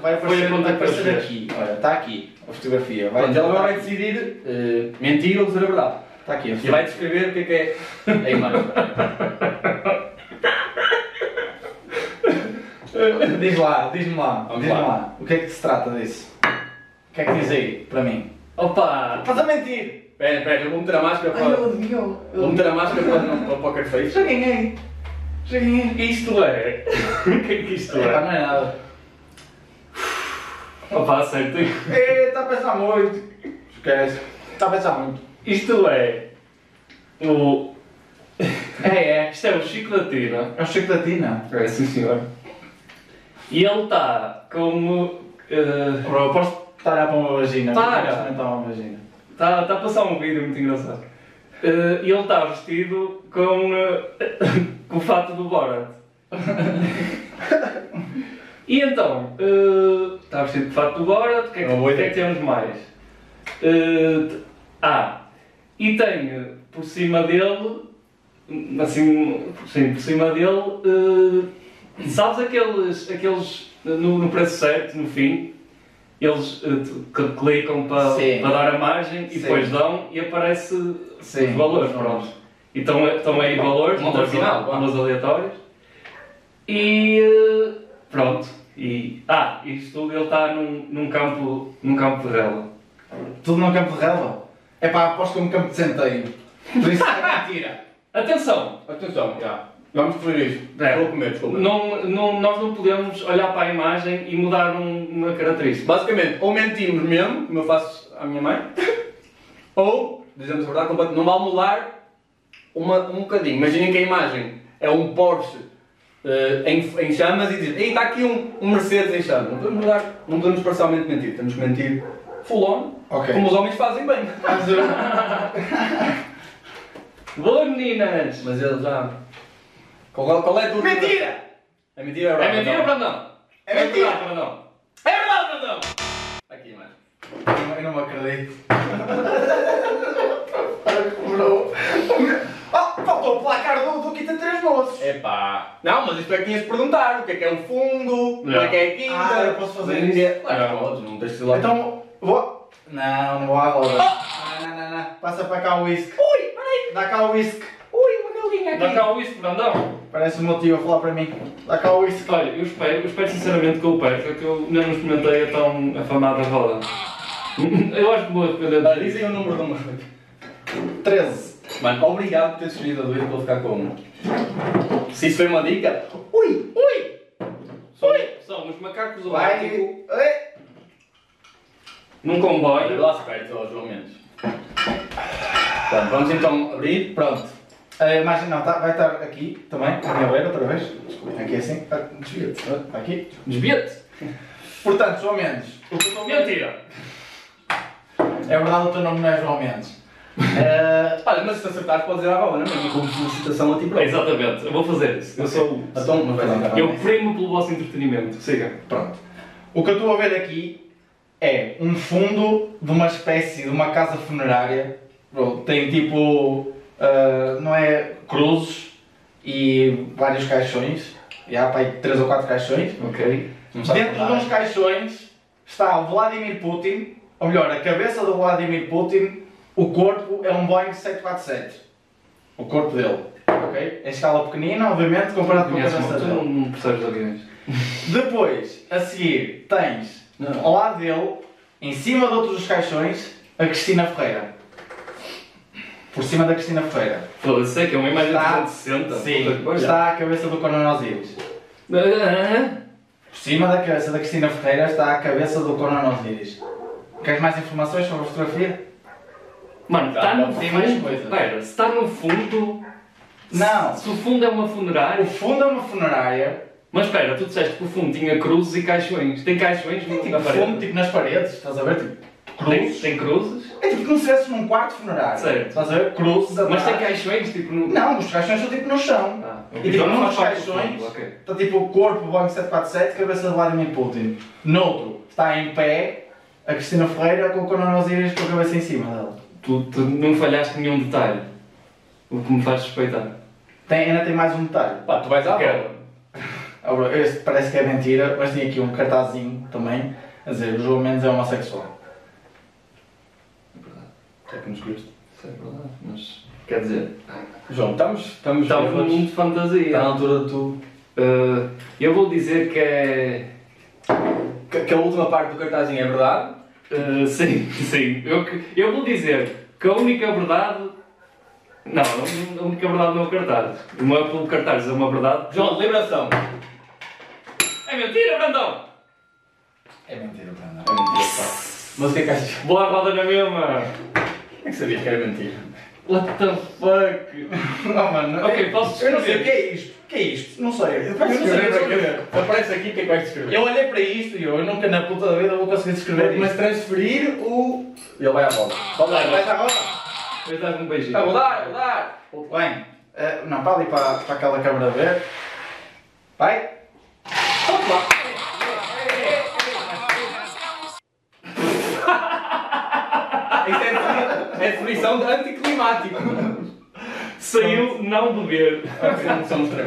Speaker 2: vai aparecer, vai aparecer aqui. Olha,
Speaker 11: tá
Speaker 2: está aqui a fotografia. Vai, ela agora vai decidir eh, mentir ou dizer a verdade. Está aqui. E vai descrever o que é que é a imagem.
Speaker 5: Diz lá, diz-me lá,
Speaker 2: Vamos
Speaker 5: diz-me
Speaker 2: lá.
Speaker 5: lá. O que é que se trata disso? O que é que diz aí, para mim?
Speaker 2: Opa!
Speaker 5: Estás a mentir!
Speaker 2: Espera, espera, eu vou meter a máscara para.
Speaker 5: adivinhou.
Speaker 2: Vou meter a máscara para, não- para o Poker Face.
Speaker 5: ganhei. Já ganhei.
Speaker 2: O que isto é? O que é que isto
Speaker 5: Epá,
Speaker 2: é?
Speaker 5: não é nada.
Speaker 2: Opa, acertei.
Speaker 5: Está a pensar muito. Esquece. Está a pensar muito.
Speaker 2: Isto é. O.
Speaker 5: É, é.
Speaker 2: Isto é o Chico da Tina.
Speaker 5: É o Chico da Tina.
Speaker 2: É, sim senhor. E ele está como. eh,
Speaker 5: Bro, eu posso estar para uma vagina?
Speaker 2: Talhar.
Speaker 5: Eu posso experimentar uma vagina.
Speaker 2: Está tá a passar um vídeo muito engraçado. Eh, e ele está vestido com, eh, com o fato do Borat. e então, está vestido com o fato do Borat, o que é que,
Speaker 5: Uma boa
Speaker 2: o que,
Speaker 5: ideia.
Speaker 2: é que temos mais? Eh, t- ah, e tem eh, por cima dele, hum, assim, sim, por cima dele, eh, sabes aqueles, aqueles eh, no, no preço certo, no fim, eles eh, t- cl- clicam para
Speaker 5: Sim.
Speaker 2: para dar a margem e
Speaker 5: Sim.
Speaker 2: depois dão e aparece
Speaker 5: Sim.
Speaker 2: os valores, pronto. E estão, estão aí valores,
Speaker 5: Monta
Speaker 2: valores,
Speaker 5: final, vá.
Speaker 2: valores aleatórios. E eh, pronto. E, ah, isto tudo ele está num, num, campo, num campo de relva.
Speaker 5: Tudo num campo de relva? É pá, aposto que é um campo de centeio. Por isso é mentira.
Speaker 2: Atenção!
Speaker 5: Atenção, já.
Speaker 12: Vamos comer isto.
Speaker 2: É.
Speaker 12: Vou comer, desculpa.
Speaker 2: Não, não, nós não podemos olhar para a imagem e mudar um- uma característica.
Speaker 12: Basicamente, ou mentimos mesmo, como eu faço à minha mãe, ou dizemos a verdade completa. Não vale mudar uma, um bocadinho. Imaginem que a imagem é um Porsche eh, em, em chamas e diz: Ei, está aqui um, um Mercedes em chamas. Não podemos mudar, não podemos parcialmente mentir. Temos que mentir full on,
Speaker 11: Ok.
Speaker 12: como os homens fazem bem.
Speaker 11: Mas eu-
Speaker 2: Boa meninas!
Speaker 12: Mas ele já. Qual, qual é a tua. Mentira! É mentira,
Speaker 2: É mentira,
Speaker 12: Brandão?
Speaker 2: Brandão?
Speaker 11: É mentira.
Speaker 2: verdade, Brandão! É verdade, Brandão!
Speaker 12: Aqui, mano.
Speaker 11: Eu não me acredito. Não. Ah, faltou o placar do, do Quinta Três Moços.
Speaker 12: É, Epá! Não, mas isto é que tinhas de perguntar: o que é que é um fundo, o que é que é quinta.
Speaker 11: Ah, eu posso fazer
Speaker 12: Mas,
Speaker 11: isso?
Speaker 12: Claro, que podes, não deixes de lá. Ah!
Speaker 11: Então, vou. Não, não vou agora. Ah, Não, não, não, não. Passa para cá o whisky.
Speaker 2: Ui, peraí!
Speaker 11: Dá cá o whisky.
Speaker 2: Ui, uma galinha aqui! Dá cá o isso, Brandão!
Speaker 11: Parece o meu tio a falar para mim. Dá cá o whisky.
Speaker 2: Olha, eu espero, eu espero sinceramente que eu perca, que eu ainda não experimentei a tão afamada roda. Eu acho que vou arrepender
Speaker 12: Ah,
Speaker 2: de
Speaker 12: Dizem o número de uma.
Speaker 11: 13.
Speaker 12: Mano, obrigado por ter escolhido a dois para eu ficar com uma. Se isso foi uma dica. Ui! Ui!
Speaker 2: São, são os macacos do Ártico
Speaker 11: Vai. Tipo, Ei.
Speaker 2: num
Speaker 12: Olha,
Speaker 2: comboio.
Speaker 12: lá se perde, ó, João Mendes. Pronto, vamos então abrir. Pronto.
Speaker 11: A imagem não, tá, vai estar aqui também, na minha beira, outra vez. Aqui assim. Ah, Desvia-te. Ah, Aqui.
Speaker 2: Desvia-te!
Speaker 11: Portanto, João Mendes.
Speaker 2: Mentira!
Speaker 11: É verdade o teu nome não é João Mendes.
Speaker 12: Eh, olha, mas se acertares, pode dizer à Vala, não é? Mas Como felicitação a ti próprio.
Speaker 2: Exatamente, eu vou fazer isso. Eu sou.
Speaker 12: Então, mas vais entrar.
Speaker 2: Eu primo pelo vosso entretenimento. Siga.
Speaker 11: Pronto. O que eu estou a ver aqui é um fundo de uma espécie de uma casa funerária. Bom, Tem tipo. ah, não é? Cruzes e vários caixões. E há para aí 3 ou 4 caixões.
Speaker 2: Ok.
Speaker 12: Não sabes
Speaker 11: Dentro de
Speaker 12: falar.
Speaker 11: uns caixões está o Vladimir Putin, ou melhor, a cabeça do Vladimir Putin, o corpo é um Boeing 747. O corpo dele. Ok? Em escala pequenina, obviamente, comparado com a
Speaker 2: Conheces-me,
Speaker 11: cabeça
Speaker 2: tu
Speaker 11: dele.
Speaker 2: não, não percebes alguém.
Speaker 11: Depois, a seguir, tens ao lado dele, em cima de outros dos caixões, a Cristina Ferreira. Por cima da Cristina Ferreira.
Speaker 2: Foda-se, é que é uma imagem de
Speaker 11: Está-
Speaker 2: 360. puta que
Speaker 11: Sim,
Speaker 2: coisa.
Speaker 11: está a cabeça do Conan Osiris.
Speaker 2: Ah,
Speaker 11: Por cima da cabeça da Cristina Ferreira está a cabeça do Conan Osiris. Queres mais informações sobre a fotografia?
Speaker 2: Mano,
Speaker 12: Tá,
Speaker 2: está no
Speaker 11: Tem mais
Speaker 2: fundo.
Speaker 11: coisa.
Speaker 2: Espera, se está no fundo.
Speaker 11: Não.
Speaker 2: Se o fundo é uma
Speaker 11: O
Speaker 2: funerária.
Speaker 11: fundo é uma funerária.
Speaker 2: Mas espera, tu disseste que o fundo tinha cruzes e caixões. Tem caixões
Speaker 11: Tem
Speaker 2: no-
Speaker 11: tipo
Speaker 2: na parede?
Speaker 11: fundo, tipo nas paredes, estás a ver? Tipo,
Speaker 2: Tem,
Speaker 11: cruzes.
Speaker 2: tem cruzes?
Speaker 11: É tipo como se estivesse num quarto funerário.
Speaker 2: Certo.
Speaker 11: Estás a ver? Cruzes atrás.
Speaker 2: Mas tem caixões, tipo no.
Speaker 11: Não, os caixões estão tipo no chão.
Speaker 2: Ah,
Speaker 11: e
Speaker 2: ok.
Speaker 11: tipo,
Speaker 2: Então não
Speaker 11: num
Speaker 2: faz
Speaker 11: dos
Speaker 2: parte do
Speaker 11: caixões
Speaker 2: fundo, ok.
Speaker 11: está tipo o corpo do Boeing 747, cabeça de Vladimir Putin. Noutro, está em pé a Cristina Ferreira com o Conan Osiris com a cabeça em cima dela.
Speaker 2: Tu, tu não falhaste nenhum detalhe. O que me faz suspeitar.
Speaker 11: Tem, ainda tem mais um detalhe.
Speaker 12: Pá, tu vais à
Speaker 2: Quero.
Speaker 12: Vala.
Speaker 11: Agora, este parece que é mentira, mas tem aqui um cartazinho também a dizer o João Mendes é homossexual.
Speaker 12: É que nos custa.
Speaker 2: Isso é verdade, mas. Quer dizer.
Speaker 12: João, estamos. Estamos.
Speaker 2: Estamos num mundo de
Speaker 12: Está na
Speaker 2: fantasia.
Speaker 12: altura de tu.
Speaker 2: Ah, eu vou dizer que é.
Speaker 12: Que, que a última parte do cartazinho é verdade.
Speaker 2: ah, sim, sim. Eu, que- eu vou dizer que a única verdade. Não, a única verdade não é o cartaz. Não é pelo cartaz, é uma verdade.
Speaker 12: João, liberação.
Speaker 2: É mentira, Brandão!
Speaker 11: É mentira, Brandon.
Speaker 12: É mentira, pá. Mas o que é que achas?
Speaker 2: Boa roda na mesma!
Speaker 12: Como é que sabias que era mentira?
Speaker 2: What the fuck?
Speaker 11: Não, mano.
Speaker 2: Ok, posso
Speaker 11: Eu não sei, o
Speaker 2: escrever?
Speaker 11: que é isto? O que é isto? Não sei. Eu não
Speaker 12: Eu não sei,
Speaker 11: sei.
Speaker 12: eu
Speaker 11: eu
Speaker 12: só
Speaker 11: não sei.
Speaker 12: quero- Aparece aqui, o que é que vais descrever?
Speaker 11: Eu olhei para isto e eu, eu nunca na puta da vida vou conseguir descrever isto.
Speaker 12: Mas transferir o. Ele vai à bola. Vai lá, vai
Speaker 11: Vai
Speaker 12: lá.
Speaker 11: dar roda?
Speaker 2: Depois dás-me um
Speaker 12: A
Speaker 2: beijinho.
Speaker 12: rodar, a rodar.
Speaker 11: Bem, eh, não, para ali para, para aquela câmara ver. Vai?
Speaker 12: Isso é defini- é definição de anticlimático.
Speaker 2: Saiu não beber.
Speaker 12: Ah, Somos três.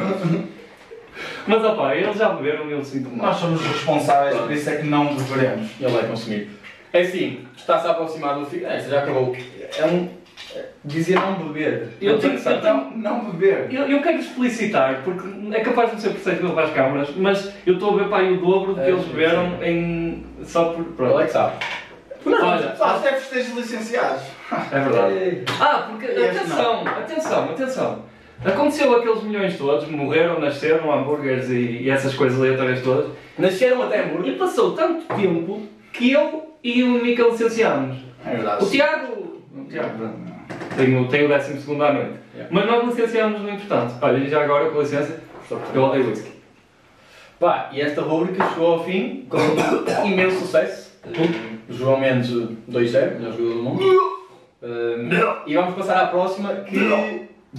Speaker 2: Mas opá, eles já beberam e eu sinto mal.
Speaker 11: Nós somos responsáveis, por isso é que não beberemos.
Speaker 12: Ele vai consumir. É assim, está-se a aproximar do fim. Esta já acabou. É um. é- Dizia não beber.
Speaker 2: Eu
Speaker 12: Não
Speaker 2: tenho-
Speaker 12: pensar.
Speaker 2: eu tenho-
Speaker 11: Não, não beber.
Speaker 2: Eu, eu quero explicitar, porque é capaz de não ser perceptível para as câmaras, mas eu estou a ver para aí o dobro do que
Speaker 12: É,
Speaker 2: eles
Speaker 12: sim,
Speaker 2: beberam em. só por. Pronto.
Speaker 12: Ele é que sabe.
Speaker 2: Olha,
Speaker 11: Só até festejos licenciados.
Speaker 2: é verdade. Ah, porque.
Speaker 11: Este
Speaker 2: Atenção, atenção, atenção. Aconteceu aqueles milhões todos, morreram, nasceram, hambúrgueres e, e essas coisas aleatórias todas. Nasceram até hambúrguer. E passou tanto tempo que eu e o Mica licenciámos.
Speaker 11: É verdade.
Speaker 2: O Tiago. O Tiago, pronto. Tenho, tenho o 12 segundo à noite. Mas nós licenciámos no importante. Olha, e já agora, com licença, eu odeio whisky.
Speaker 4: Pá, e esta rubrica chegou ao fim com imenso sucesso. João Mendes 2-0, melhor jogador do mundo. Ahm, e vamos passar à próxima que,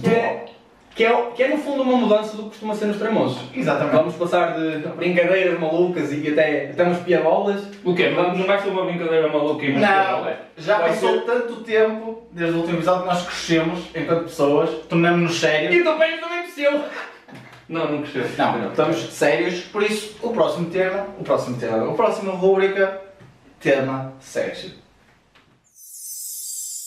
Speaker 4: que, é, que, é, que é no fundo uma mudança do que costuma ser nos tremosos.
Speaker 11: Exatamente.
Speaker 4: Vamos passar de brincadeiras malucas e até, até umas piadolas.
Speaker 2: O quê? Não não vai ser uma brincadeira maluca e é? uma
Speaker 11: Não,
Speaker 2: piadola?
Speaker 11: já
Speaker 2: Vai
Speaker 11: passou tanto tempo desde o último episódio que nós crescemos enquanto pessoas, tornamos-nos sérios.
Speaker 4: E também também cresceu.
Speaker 2: Não, não cresceu.
Speaker 11: Não, estamos sérios, por isso o próximo tema, o próximo tema, o próximo rubrica, tema sexo.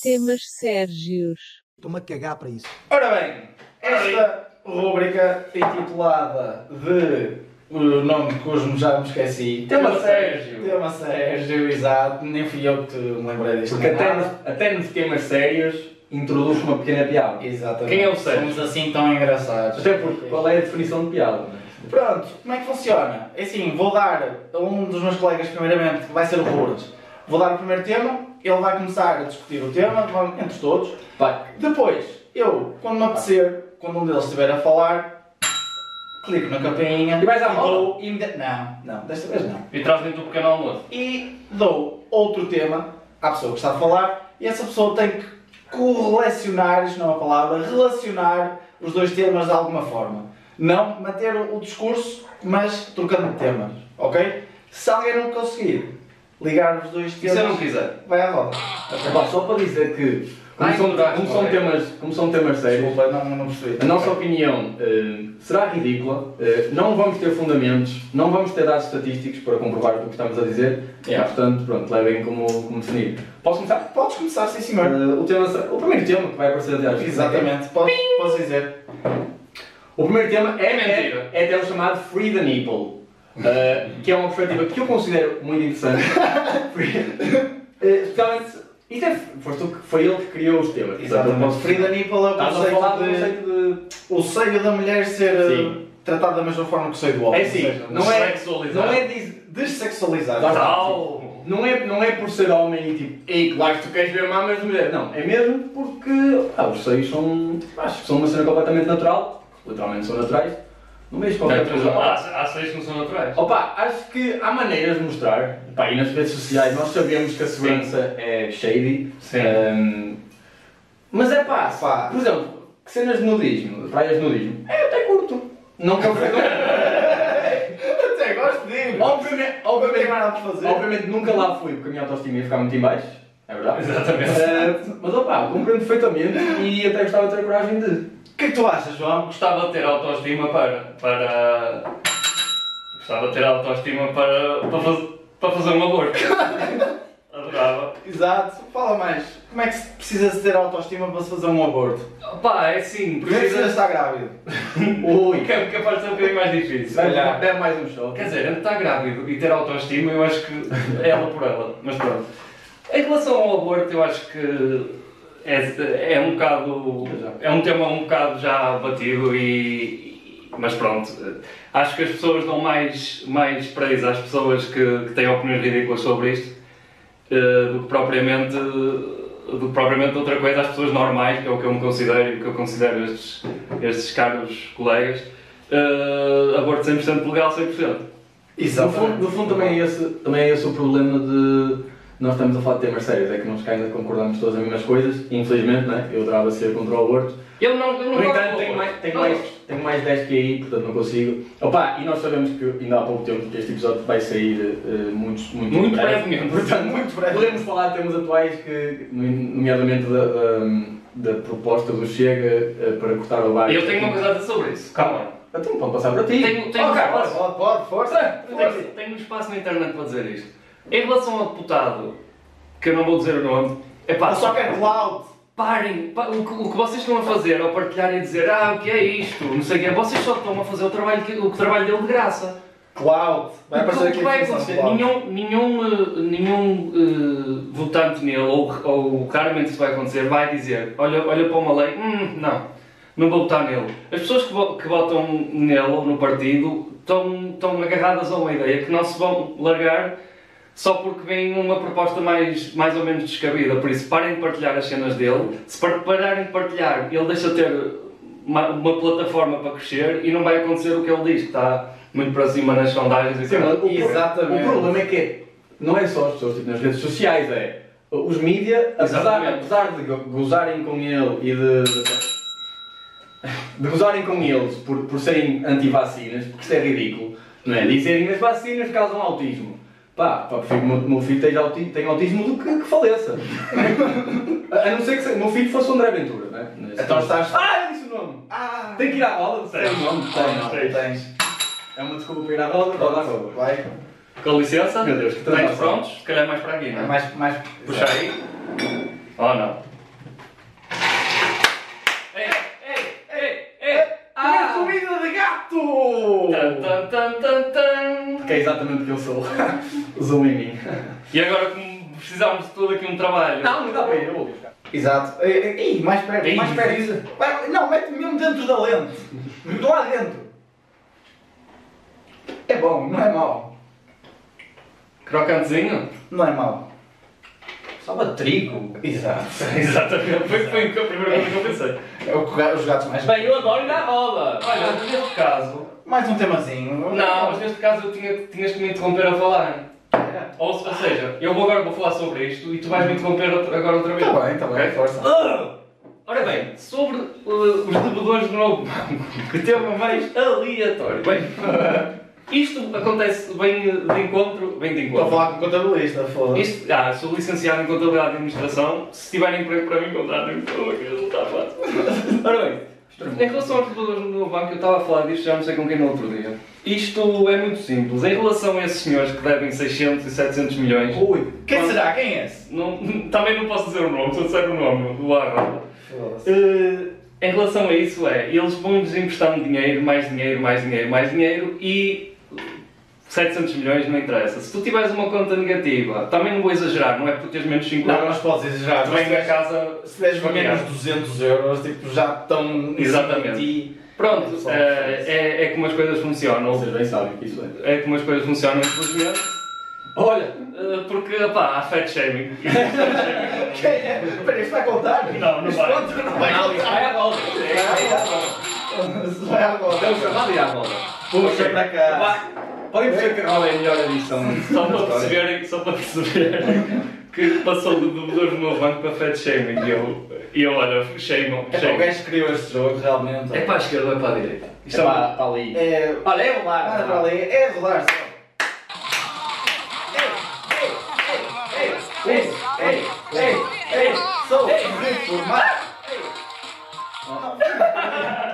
Speaker 7: Temas Sérgios.
Speaker 11: Estou-me a cagar para isso. Ora bem, esta rubrica intitulada de o nome cujo já me esqueci.
Speaker 4: Tema Sérgio.
Speaker 11: Tema Sérgio, exato. Nem fui eu que te me lembrei disto.
Speaker 4: Porque até,
Speaker 11: nada.
Speaker 4: até nos temas sérios introduz uma pequena piada.
Speaker 11: Exatamente.
Speaker 4: Quem é o Sérgio?
Speaker 11: Somos assim tão engraçados.
Speaker 4: Até porque qual é a definição de piada? não é?
Speaker 11: Pronto, como é que funciona? É assim, vou dar a um dos meus colegas, primeiramente, que vai ser o Lourdes, vou dar o primeiro tema, ele vai começar a discutir o tema vamos- entre todos.
Speaker 4: Vai.
Speaker 11: Depois, eu, quando me apetecer, quando um deles estiver a falar, clico na campainha
Speaker 4: E vais à roda?
Speaker 11: dou imediatamente. Não, não, desta vez não.
Speaker 2: E traz dentro do pequeno almoço.
Speaker 11: E dou outro tema à pessoa que está a falar e essa pessoa tem que correlacionar, isto não é uma palavra, relacionar os dois temas de alguma forma. Não manter o discurso, mas trocando de temas, ok? Se alguém não conseguir ligar os dois
Speaker 4: E se
Speaker 11: temas,
Speaker 4: eu não quiser?
Speaker 11: vai à roda.
Speaker 4: Pá, só para dizer que, como,
Speaker 11: Ai,
Speaker 4: são,
Speaker 11: não dá,
Speaker 4: como são
Speaker 11: ok.
Speaker 4: temas, como são temas sérios,
Speaker 11: Desculpa, não, não percebi.
Speaker 4: a nossa opinião eh, será ridícula, eh, não vamos ter fundamentos, não vamos ter dados estatísticos para comprovar o que estamos a dizer,
Speaker 11: Yeah.
Speaker 4: portanto, pronto, levem como, como definido. Posso começar?
Speaker 11: Podes começar, sim senhor.
Speaker 4: Eh, o, tema, será- o primeiro tema que vai aparecer até às
Speaker 11: Exatamente, posso, posso dizer.
Speaker 4: O primeiro tema é,
Speaker 2: Mentira.
Speaker 4: é, é tema chamado Free the Nipple, eh, que é uma perspectiva que eu considero muito interessante. Free- eh, Especialmente, isto é, foste tu que- foi ele que criou os temas. portanto, eu posso-
Speaker 11: Frida Nipple é o
Speaker 4: Estás a
Speaker 11: conceito
Speaker 4: falar do
Speaker 11: de...
Speaker 4: conceito de
Speaker 11: o seio da mulher ser eh,
Speaker 4: Sim.
Speaker 11: tratado da mesma forma que o seio do homem.
Speaker 4: É assim,
Speaker 11: ou seja,
Speaker 4: não é,
Speaker 2: sexualizado.
Speaker 4: não é diz-
Speaker 11: Dessexualizado.
Speaker 2: Tal.
Speaker 4: não é, não é por ser homem e tipo, ei, claro que tu queres ver mamas de mulher. Não, é mesmo porque ah, os seios são, acho que são uma cena completamente natural, literalmente são naturais. Não vejo qualquer coisa. mal.
Speaker 2: Há há seis que não são naturais.
Speaker 4: Opa, acho que há maneiras de mostrar. Pá, e nas redes sociais nós sabemos que a segurança é shady.
Speaker 2: Sim.
Speaker 4: Ahm, mas é pá,
Speaker 11: Pá.
Speaker 4: por exemplo, que cenas de nudismo, praias de nudismo, é até curto. Não que eu frequente.
Speaker 11: Até gosto de ir.
Speaker 4: Obviamente,
Speaker 11: Não tem
Speaker 4: obviamente,
Speaker 11: mais nada é para fazer.
Speaker 4: Obviamente nunca lá fui porque a minha autoestima ia ficar muito em baixo, é verdade.
Speaker 2: Exatamente.
Speaker 4: Eh, mas opá, compreendo perfeitamente e até gostava de ter a coragem de.
Speaker 11: O que é que tu achas, João?
Speaker 2: Gostava de ter autoestima para. para. Gostava de ter autoestima para. para, faz- para fazer um aborto. Adorava.
Speaker 11: Exato. Fala mais. Como é que se precisa de ter autoestima para se fazer um aborto?
Speaker 2: Pá, é assim,
Speaker 11: Primeiro precisa
Speaker 2: precisa.
Speaker 11: estar grávido.
Speaker 4: Ui,
Speaker 2: Que é capaz de ser um bocadinho mais difícil.
Speaker 4: deve,
Speaker 11: calhar.
Speaker 4: deve mais um show.
Speaker 2: Quer dizer, ele está grávido e ter autoestima, eu acho que é ela por ela, mas pronto. Em relação ao aborto, eu acho que é, é um bocado. É um tema um bocado já batido e. e- Mas pronto, acho que as pessoas dão mais, mais preço às pessoas que, que têm opiniões ridículas sobre isto eh, do que propriamente do que propriamente outra coisa às pessoas normais, que é o que eu me considero e o que eu considero estes, estes caros colegas, eh, aborto 100% legal, 100%.
Speaker 4: No fundo, no fundo também, é esse, também é esse o problema de nós estamos a falar de temas sérios, é que nós cá ainda concordamos todas as mesmas coisas, infelizmente, né? eu adorava ser contra o aborto.
Speaker 2: Eu não, eu não
Speaker 4: No
Speaker 2: gosto
Speaker 4: entanto,
Speaker 2: do
Speaker 4: tenho
Speaker 2: aborto.
Speaker 4: mais, tenho,
Speaker 2: Não
Speaker 4: mais,
Speaker 2: gosto.
Speaker 4: tenho mais 10 QI, portanto não consigo. Opa, e nós sabemos que ainda há pouco tempo que este episódio vai sair eh, muitos, muito,
Speaker 2: Muito
Speaker 4: breve.
Speaker 2: brevemente.
Speaker 4: Portanto, muito breve. Podemos falar de temas atuais, que, nomeadamente da, da, da proposta do Chega eh, para cortar o bairro.
Speaker 2: Eu tenho uma coisa a dizer sobre isso, calma.
Speaker 4: Então pode passar para ti.
Speaker 2: Tenho, tenho, um
Speaker 4: Ok,
Speaker 2: espaço-
Speaker 11: Pode, pode, força.
Speaker 2: tenho, tenho um espaço na internet para dizer isto. Em relação ao deputado, que eu não vou dizer o nome, é pá,
Speaker 11: Eu só quero cloud.
Speaker 2: Parem, pa- o, que, o que vocês estão a fazer ao partilhar e dizer ah, o que é isto, não sei o que é, vocês só estão a fazer o trabalho, que, o trabalho dele de graça.
Speaker 11: Cloud. Vai
Speaker 2: Porque
Speaker 11: aparecer
Speaker 2: o
Speaker 11: aqui
Speaker 2: que
Speaker 11: a
Speaker 2: vai
Speaker 11: definição de
Speaker 2: acontecer?
Speaker 11: cloud.
Speaker 2: Nenhum, nenhum, eh, nenhum eh, votante nele, ou, ou raramente isso vai acontecer, vai dizer olha, olha para uma lei, hum, não. não vou votar nele. As pessoas que, vo- que votam nele, no partido, estão, estão agarradas a uma ideia que não se vão largar só porque vem uma proposta mais, mais ou menos descabida. Por isso, parem de partilhar as cenas dele. Se par- pararem de partilhar, ele deixa de ter uma, uma plataforma para crescer e não vai acontecer o que ele diz, que está muito para cima nas sondagens e
Speaker 12: Sim,
Speaker 2: tal.
Speaker 12: mas o, Exatamente. o problema é que não é só as pessoas tipo, nas redes sociais, é os mídia, apesar, apesar de go- gozarem com ele e de, de, de gozarem com eles por, por serem anti-vacinas, porque isso é ridículo, não é? Dizerem as vacinas causam autismo. Pá, pá prefiro que o meu- meu filho tenha autismo, tenha autismo do que, que faleça. a a não ser que se- o meu filho fosse o André Ventura, não é?
Speaker 11: Então estás-
Speaker 12: Ah, eu disse o nome! Tem que ir à roda? Tem o nome? Tem, tens. É uma desculpa para ir à roda, roda à roda. Vai.
Speaker 2: Com licença,
Speaker 12: Meu Deus, que
Speaker 2: tens
Speaker 12: trabalho.
Speaker 2: prontos? Se calhar mais para aqui, não é?
Speaker 11: Mais, mais...
Speaker 2: Puxa aí. Oh não.
Speaker 12: Ah! comida de gato!
Speaker 2: Que
Speaker 12: é exatamente o que eu sou. Zoom em mim.
Speaker 2: E agora como precisamos de tudo aqui um trabalho.
Speaker 12: Não, não dá para ir, eu vou buscar.
Speaker 11: Exato. Ih, mais perto,
Speaker 2: Ei,
Speaker 11: mais
Speaker 2: precisa.
Speaker 11: perto. Vai- Não, mete mesmo dentro da lente. Lá dentro. É bom, não é mau.
Speaker 2: Crocantezinho?
Speaker 11: Não é mau.
Speaker 12: Salva trigo.
Speaker 11: Exato.
Speaker 2: Exatamente. Foi, foi a primeira coisa que eu pensei.
Speaker 11: É o que os gatos mais...
Speaker 2: Bem, eu adoro ir à rola. Olha, neste caso.
Speaker 11: Mais um temazinho. Tá
Speaker 2: Não, mas neste caso eu tinha, tinhas que me interromper a falar. Ou, ou seja, eu vou agora vou falar sobre isto e tu vais me interromper outra- agora outra vez.
Speaker 11: Tá bem, tá bem,
Speaker 2: Ok?
Speaker 11: força.
Speaker 2: Ah! Ora bem, sobre uh, os devedores do novo banco, que tema mais aleatório. Bem, isto acontece bem uh, de encontro. Bem de encontro.
Speaker 11: Estou a falar com o contabilista, foda-se.
Speaker 2: Isto, ah, sou licenciado em Contabilidade e Administração. Se tiverem emprego para mim, contratem-me, por favor, que não está fácil. Ora bem, é em relação aos devedores no banco, eu estava a falar disto já não sei com quem no outro dia. Isto é muito simples. Em relação a esses senhores que devem 600 e 700 milhões... Ui,
Speaker 11: quem será? Quem é esse?
Speaker 2: Não, também não posso dizer o nome, se eu disser o nome do Arroba. Eh, em relação a isso é, eles vão-nos emprestando um dinheiro, mais dinheiro, mais dinheiro, mais dinheiro e 700 milhões não interessa. Se tu tiveres uma conta negativa, também não vou exagerar, não é por teres menos 5
Speaker 11: Não, mas podes exagerar.
Speaker 2: Tu vens
Speaker 11: Mas se
Speaker 2: da
Speaker 11: tiveres-
Speaker 2: casa...
Speaker 11: Se deres menos
Speaker 2: familiar.
Speaker 11: 200 euros, tipo, já estão...
Speaker 2: Exatamente. Pronto, eh, é, é como as coisas funcionam. Vocês
Speaker 12: bem sabem que isso
Speaker 2: é. É como as coisas funcionam, infelizmente. Olha, eh, porque, pá, há fat shaming.
Speaker 11: Quem é? Espera, isto vai contar?
Speaker 2: Não, não vai.
Speaker 11: Isto conta, não vai.
Speaker 2: Não, isto vai à volta. é.
Speaker 11: Isto vai à volta.
Speaker 12: É o chamado e à volta.
Speaker 11: Puxa para cá.
Speaker 12: Podem perceber que a roda é a melhor edição.
Speaker 2: Só para perceberem, só para perceberem que passou de devedores do meu banco para fat shaming e eu, e eu olha, shame on,
Speaker 11: É pá, o
Speaker 2: shame.
Speaker 11: gajo criou este jogo, realmente.
Speaker 2: É para a esquerda ou é para a direita? Isto
Speaker 11: É
Speaker 2: é
Speaker 11: pá,
Speaker 2: uma- para ali.
Speaker 11: É...
Speaker 2: Olha, é rolar.
Speaker 11: Ah, para ali. É rolar só. Ei, ei, ei, ei, sou deformado.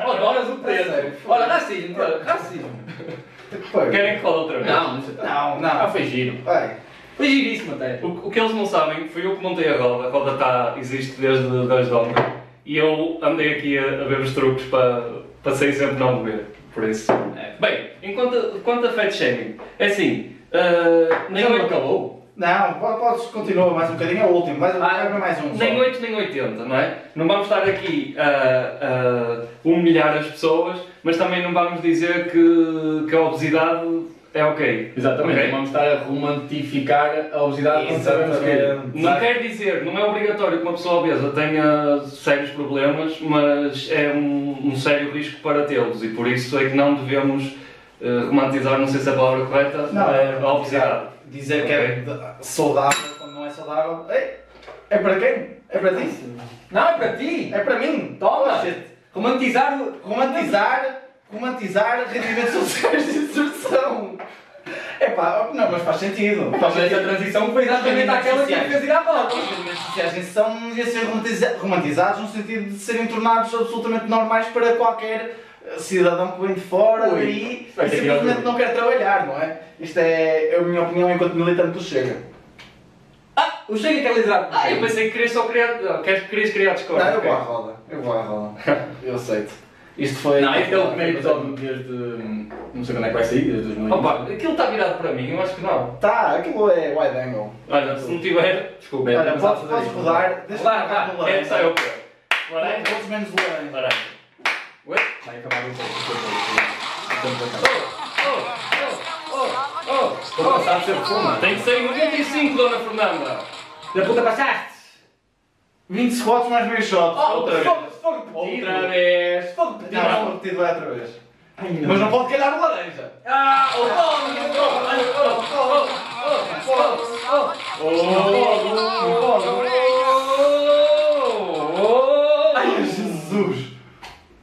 Speaker 12: Adoras o preço. Olha, racismo, olha, racismo.
Speaker 2: Querem que fale outra vez?
Speaker 12: Não, não,
Speaker 2: não.
Speaker 12: Ah, foi giro.
Speaker 11: Vai.
Speaker 12: Foi giríssimo até.
Speaker 2: O, o que eles não sabem, foi eu que montei a roda, a roda tá, existe desde 2 de ontem e eu andei aqui a, a ver os truques para, para sair sempre não beber, por isso. Bem, enquanto, quanto a fat shaming, é assim, ah, nem
Speaker 11: Já não
Speaker 2: oito-
Speaker 11: acabou? Não, po- podes continuar mais um bocadinho, é o último, mais, ah, mais um. só.
Speaker 2: Nem 8 nem 80, não é? Não vamos estar aqui a, a humilhar as pessoas, mas também não vamos dizer que, que a obesidade é ok.
Speaker 12: Exatamente,
Speaker 2: Ok?
Speaker 12: não vamos estar a romantificar a obesidade quando sabemos que é.
Speaker 2: Não quer dizer, não é obrigatório que uma pessoa obesa tenha sérios problemas, mas é um, um sério risco para tê-los e por isso é que não devemos eh, romantizar, não sei se é a palavra correta,
Speaker 12: é
Speaker 2: a- a obesidade.
Speaker 11: Dizer que é de- saudável quando não é saudável. Ei, é para quem? É para ti?
Speaker 12: Não, é para ti!
Speaker 11: É para mim!
Speaker 12: Toma!
Speaker 11: Romantizar, romantizar, romantizar rendimentos sociais de inserção. É pá, não, mas faz sentido.
Speaker 12: Mas essa transição foi exatamente aquela que fez ir à volta.
Speaker 11: Os rendimentos sociais de inserção não deviam ser romantiza- romantizados no sentido de serem tornados absolutamente normais para qualquer eh, cidadão que vem de fora
Speaker 12: Ui,
Speaker 11: daí
Speaker 12: vai
Speaker 11: e
Speaker 12: ter que ir ao
Speaker 11: simplesmente
Speaker 12: jogo.
Speaker 11: não quer trabalhar, não é? Isto é a minha opinião enquanto militante do Chega.
Speaker 12: Ah, o Chega quer liderar.
Speaker 2: Ah, eu pensei que querias só criar, não, queres- querias criar discórdia.
Speaker 11: Não, Tá,
Speaker 2: ok.
Speaker 11: eu vou à roda. Eu vou à roda. Eu aceito. Isto foi.
Speaker 12: Não, este é o primeiro episódio desde. hum, Não sei quando é que vai sair, desde
Speaker 4: um.
Speaker 12: 2020.
Speaker 2: Opa, aquilo está virado para mim, eu acho que não.
Speaker 11: Tá, aquilo é wide angle.
Speaker 2: Olha, se não tiver, desculpa. é,
Speaker 11: Olha,
Speaker 2: mas há
Speaker 11: podes,
Speaker 2: de
Speaker 11: podes
Speaker 2: fazer isso.
Speaker 11: rodar. Deixa
Speaker 2: Rodar,
Speaker 11: eu tocar no
Speaker 2: vá, é
Speaker 11: laranja.
Speaker 2: só eu. Laranja?
Speaker 11: Poucos menos laranja.
Speaker 2: Laranja.
Speaker 4: Ué? Vai acabar um o tempo. O tempo
Speaker 2: Oh,
Speaker 4: acaba. Estou a passar sempre fuma.
Speaker 2: Tem que sair 95, dona Fernanda.
Speaker 4: Da puta passaste?
Speaker 11: 20 squats mais meio shot.
Speaker 4: Oh,
Speaker 11: outra vez.
Speaker 4: fogo-
Speaker 11: Outra vez. Fogo repetido. Não, fogo repetido vai outra vez. Mas não pode calhar o laranja.
Speaker 4: Ah, oh, oh, oh, oh, oh, oh, oh, oh, oh, oh,
Speaker 11: Ai, Jesus!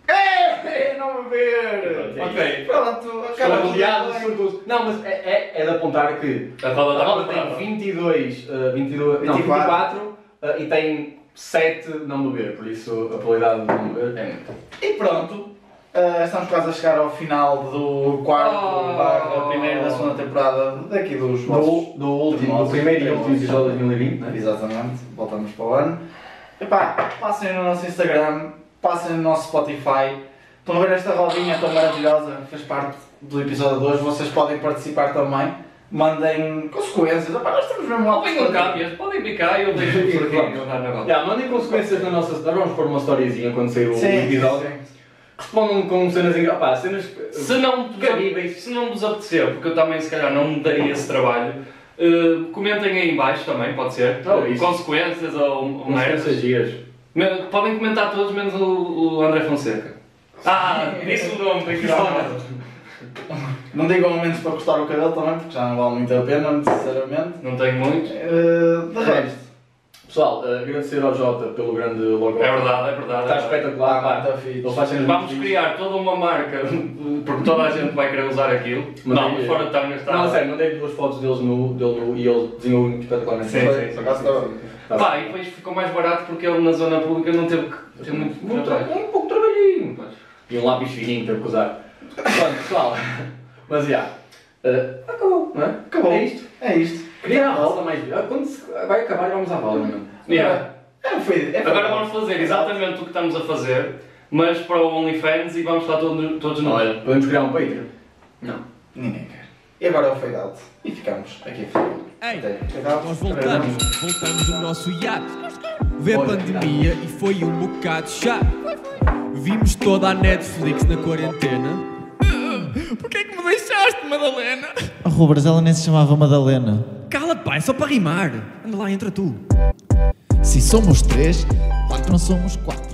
Speaker 11: É, é, não me ver!
Speaker 4: Ok.
Speaker 11: Pronto,
Speaker 4: Estou
Speaker 11: acaba
Speaker 4: rodeado de surdos. Não, mas é, é, é de apontar que a roda,
Speaker 11: tá
Speaker 4: tem
Speaker 11: comprada.
Speaker 4: 22, eh, 22 não,
Speaker 11: 24.
Speaker 4: 24 eh, e tem 7 não beber, por isso a probabilidade de não beber é muito.
Speaker 11: E pronto, ah, estamos quase a chegar ao final do quarto, barra, primeiro da segunda temporada, daqui dos
Speaker 4: Do-
Speaker 11: vossos
Speaker 4: do último,
Speaker 11: termos.
Speaker 4: do primeiro e último episódio de 2020, né?
Speaker 11: Exatamente, voltamos para o ano. Epá, passem no nosso Instagram, passem no nosso Spotify. Estão a ver esta rodinha tão maravilhosa, fez parte do episódio de hoje, vocês podem participar também. Mandem consequências, Epá, nós estamos mesmo
Speaker 2: Ou venham cá mesmo, podem vir cá e eu um vejo por aqui. eu dar na roda.
Speaker 4: Já, mandem consequências na nossa história, vamos pôr uma storyzinha quando sair o
Speaker 2: Sim,
Speaker 4: episódio. Respondam com cenas engraçadas, cenas
Speaker 2: Se não, vos, se não vos apetecer, porque eu também se calhar não me daria esse trabalho, eh, comentem aí em baixo também, pode ser.
Speaker 4: Oh, isso.
Speaker 2: Consequências ou, ou merdas.
Speaker 4: Consequências giras.
Speaker 2: Me- Podem comentar todos, menos o, o André Fonseca. Ah, disse o nome, tem que falar.
Speaker 11: Não digo aumentos para cortar o cabelo também, porque já não vale muito a pena, sinceramente.
Speaker 2: Não tenho muito.
Speaker 11: de resto.
Speaker 4: Pessoal, eh, agradecer ao Jota pelo grande logo.
Speaker 2: É verdade, é verdade.
Speaker 4: Está
Speaker 2: é verdade.
Speaker 4: espetacular, pá.
Speaker 11: Está fixe.
Speaker 4: Ele faz cenas muito
Speaker 2: Vamos criar toda uma marca, porque toda a gente vai querer usar aquilo. Não,
Speaker 4: Mandei-
Speaker 2: fora de tanga está.
Speaker 4: Não, a sério, mandei duas fotos deles no, dele nu e ele desenhou muito espetacularmente.
Speaker 2: Sim, sim, sim,
Speaker 4: Por acaso
Speaker 2: sim,
Speaker 4: estava- estava-
Speaker 2: Pá, e depois ficou mais barato porque ele na zona pública não teve que ter muito, trabalho.
Speaker 4: Um pouco trabalhinho, pá. E um lápis fininho teve que usar. Pronto, pessoal. Mas já. eh, acabou, não é?
Speaker 11: Acabou.
Speaker 4: É isto.
Speaker 11: É isto.
Speaker 4: Queria a roda mais. ah, Quando se- vai acabar, vamos à roda, mano.
Speaker 2: Yeah.
Speaker 11: É, foi, é, foi.
Speaker 2: Agora vamos fazer exatamente o que estamos a fazer, mas para o OnlyFans e vamos estar todos, todos nós.
Speaker 4: Olha, podemos criar um Patreon? Não.
Speaker 11: Ninguém quer. E agora é o fade out. E ficamos aqui a falar.
Speaker 13: Ei,
Speaker 11: nós
Speaker 13: voltamos, voltamos no nosso iate. Vê a
Speaker 11: Olha,
Speaker 13: pandemia e foi um bocado chato. Vimos toda a Netflix na quarentena.
Speaker 14: Porquê é que me deixaste, Madalena?
Speaker 15: Oh, Rubens, ela nem se chamava Madalena.
Speaker 13: Cala, pai, só para rimar. Anda lá, entra tu.
Speaker 16: Se somos três, claro que não somos quatro.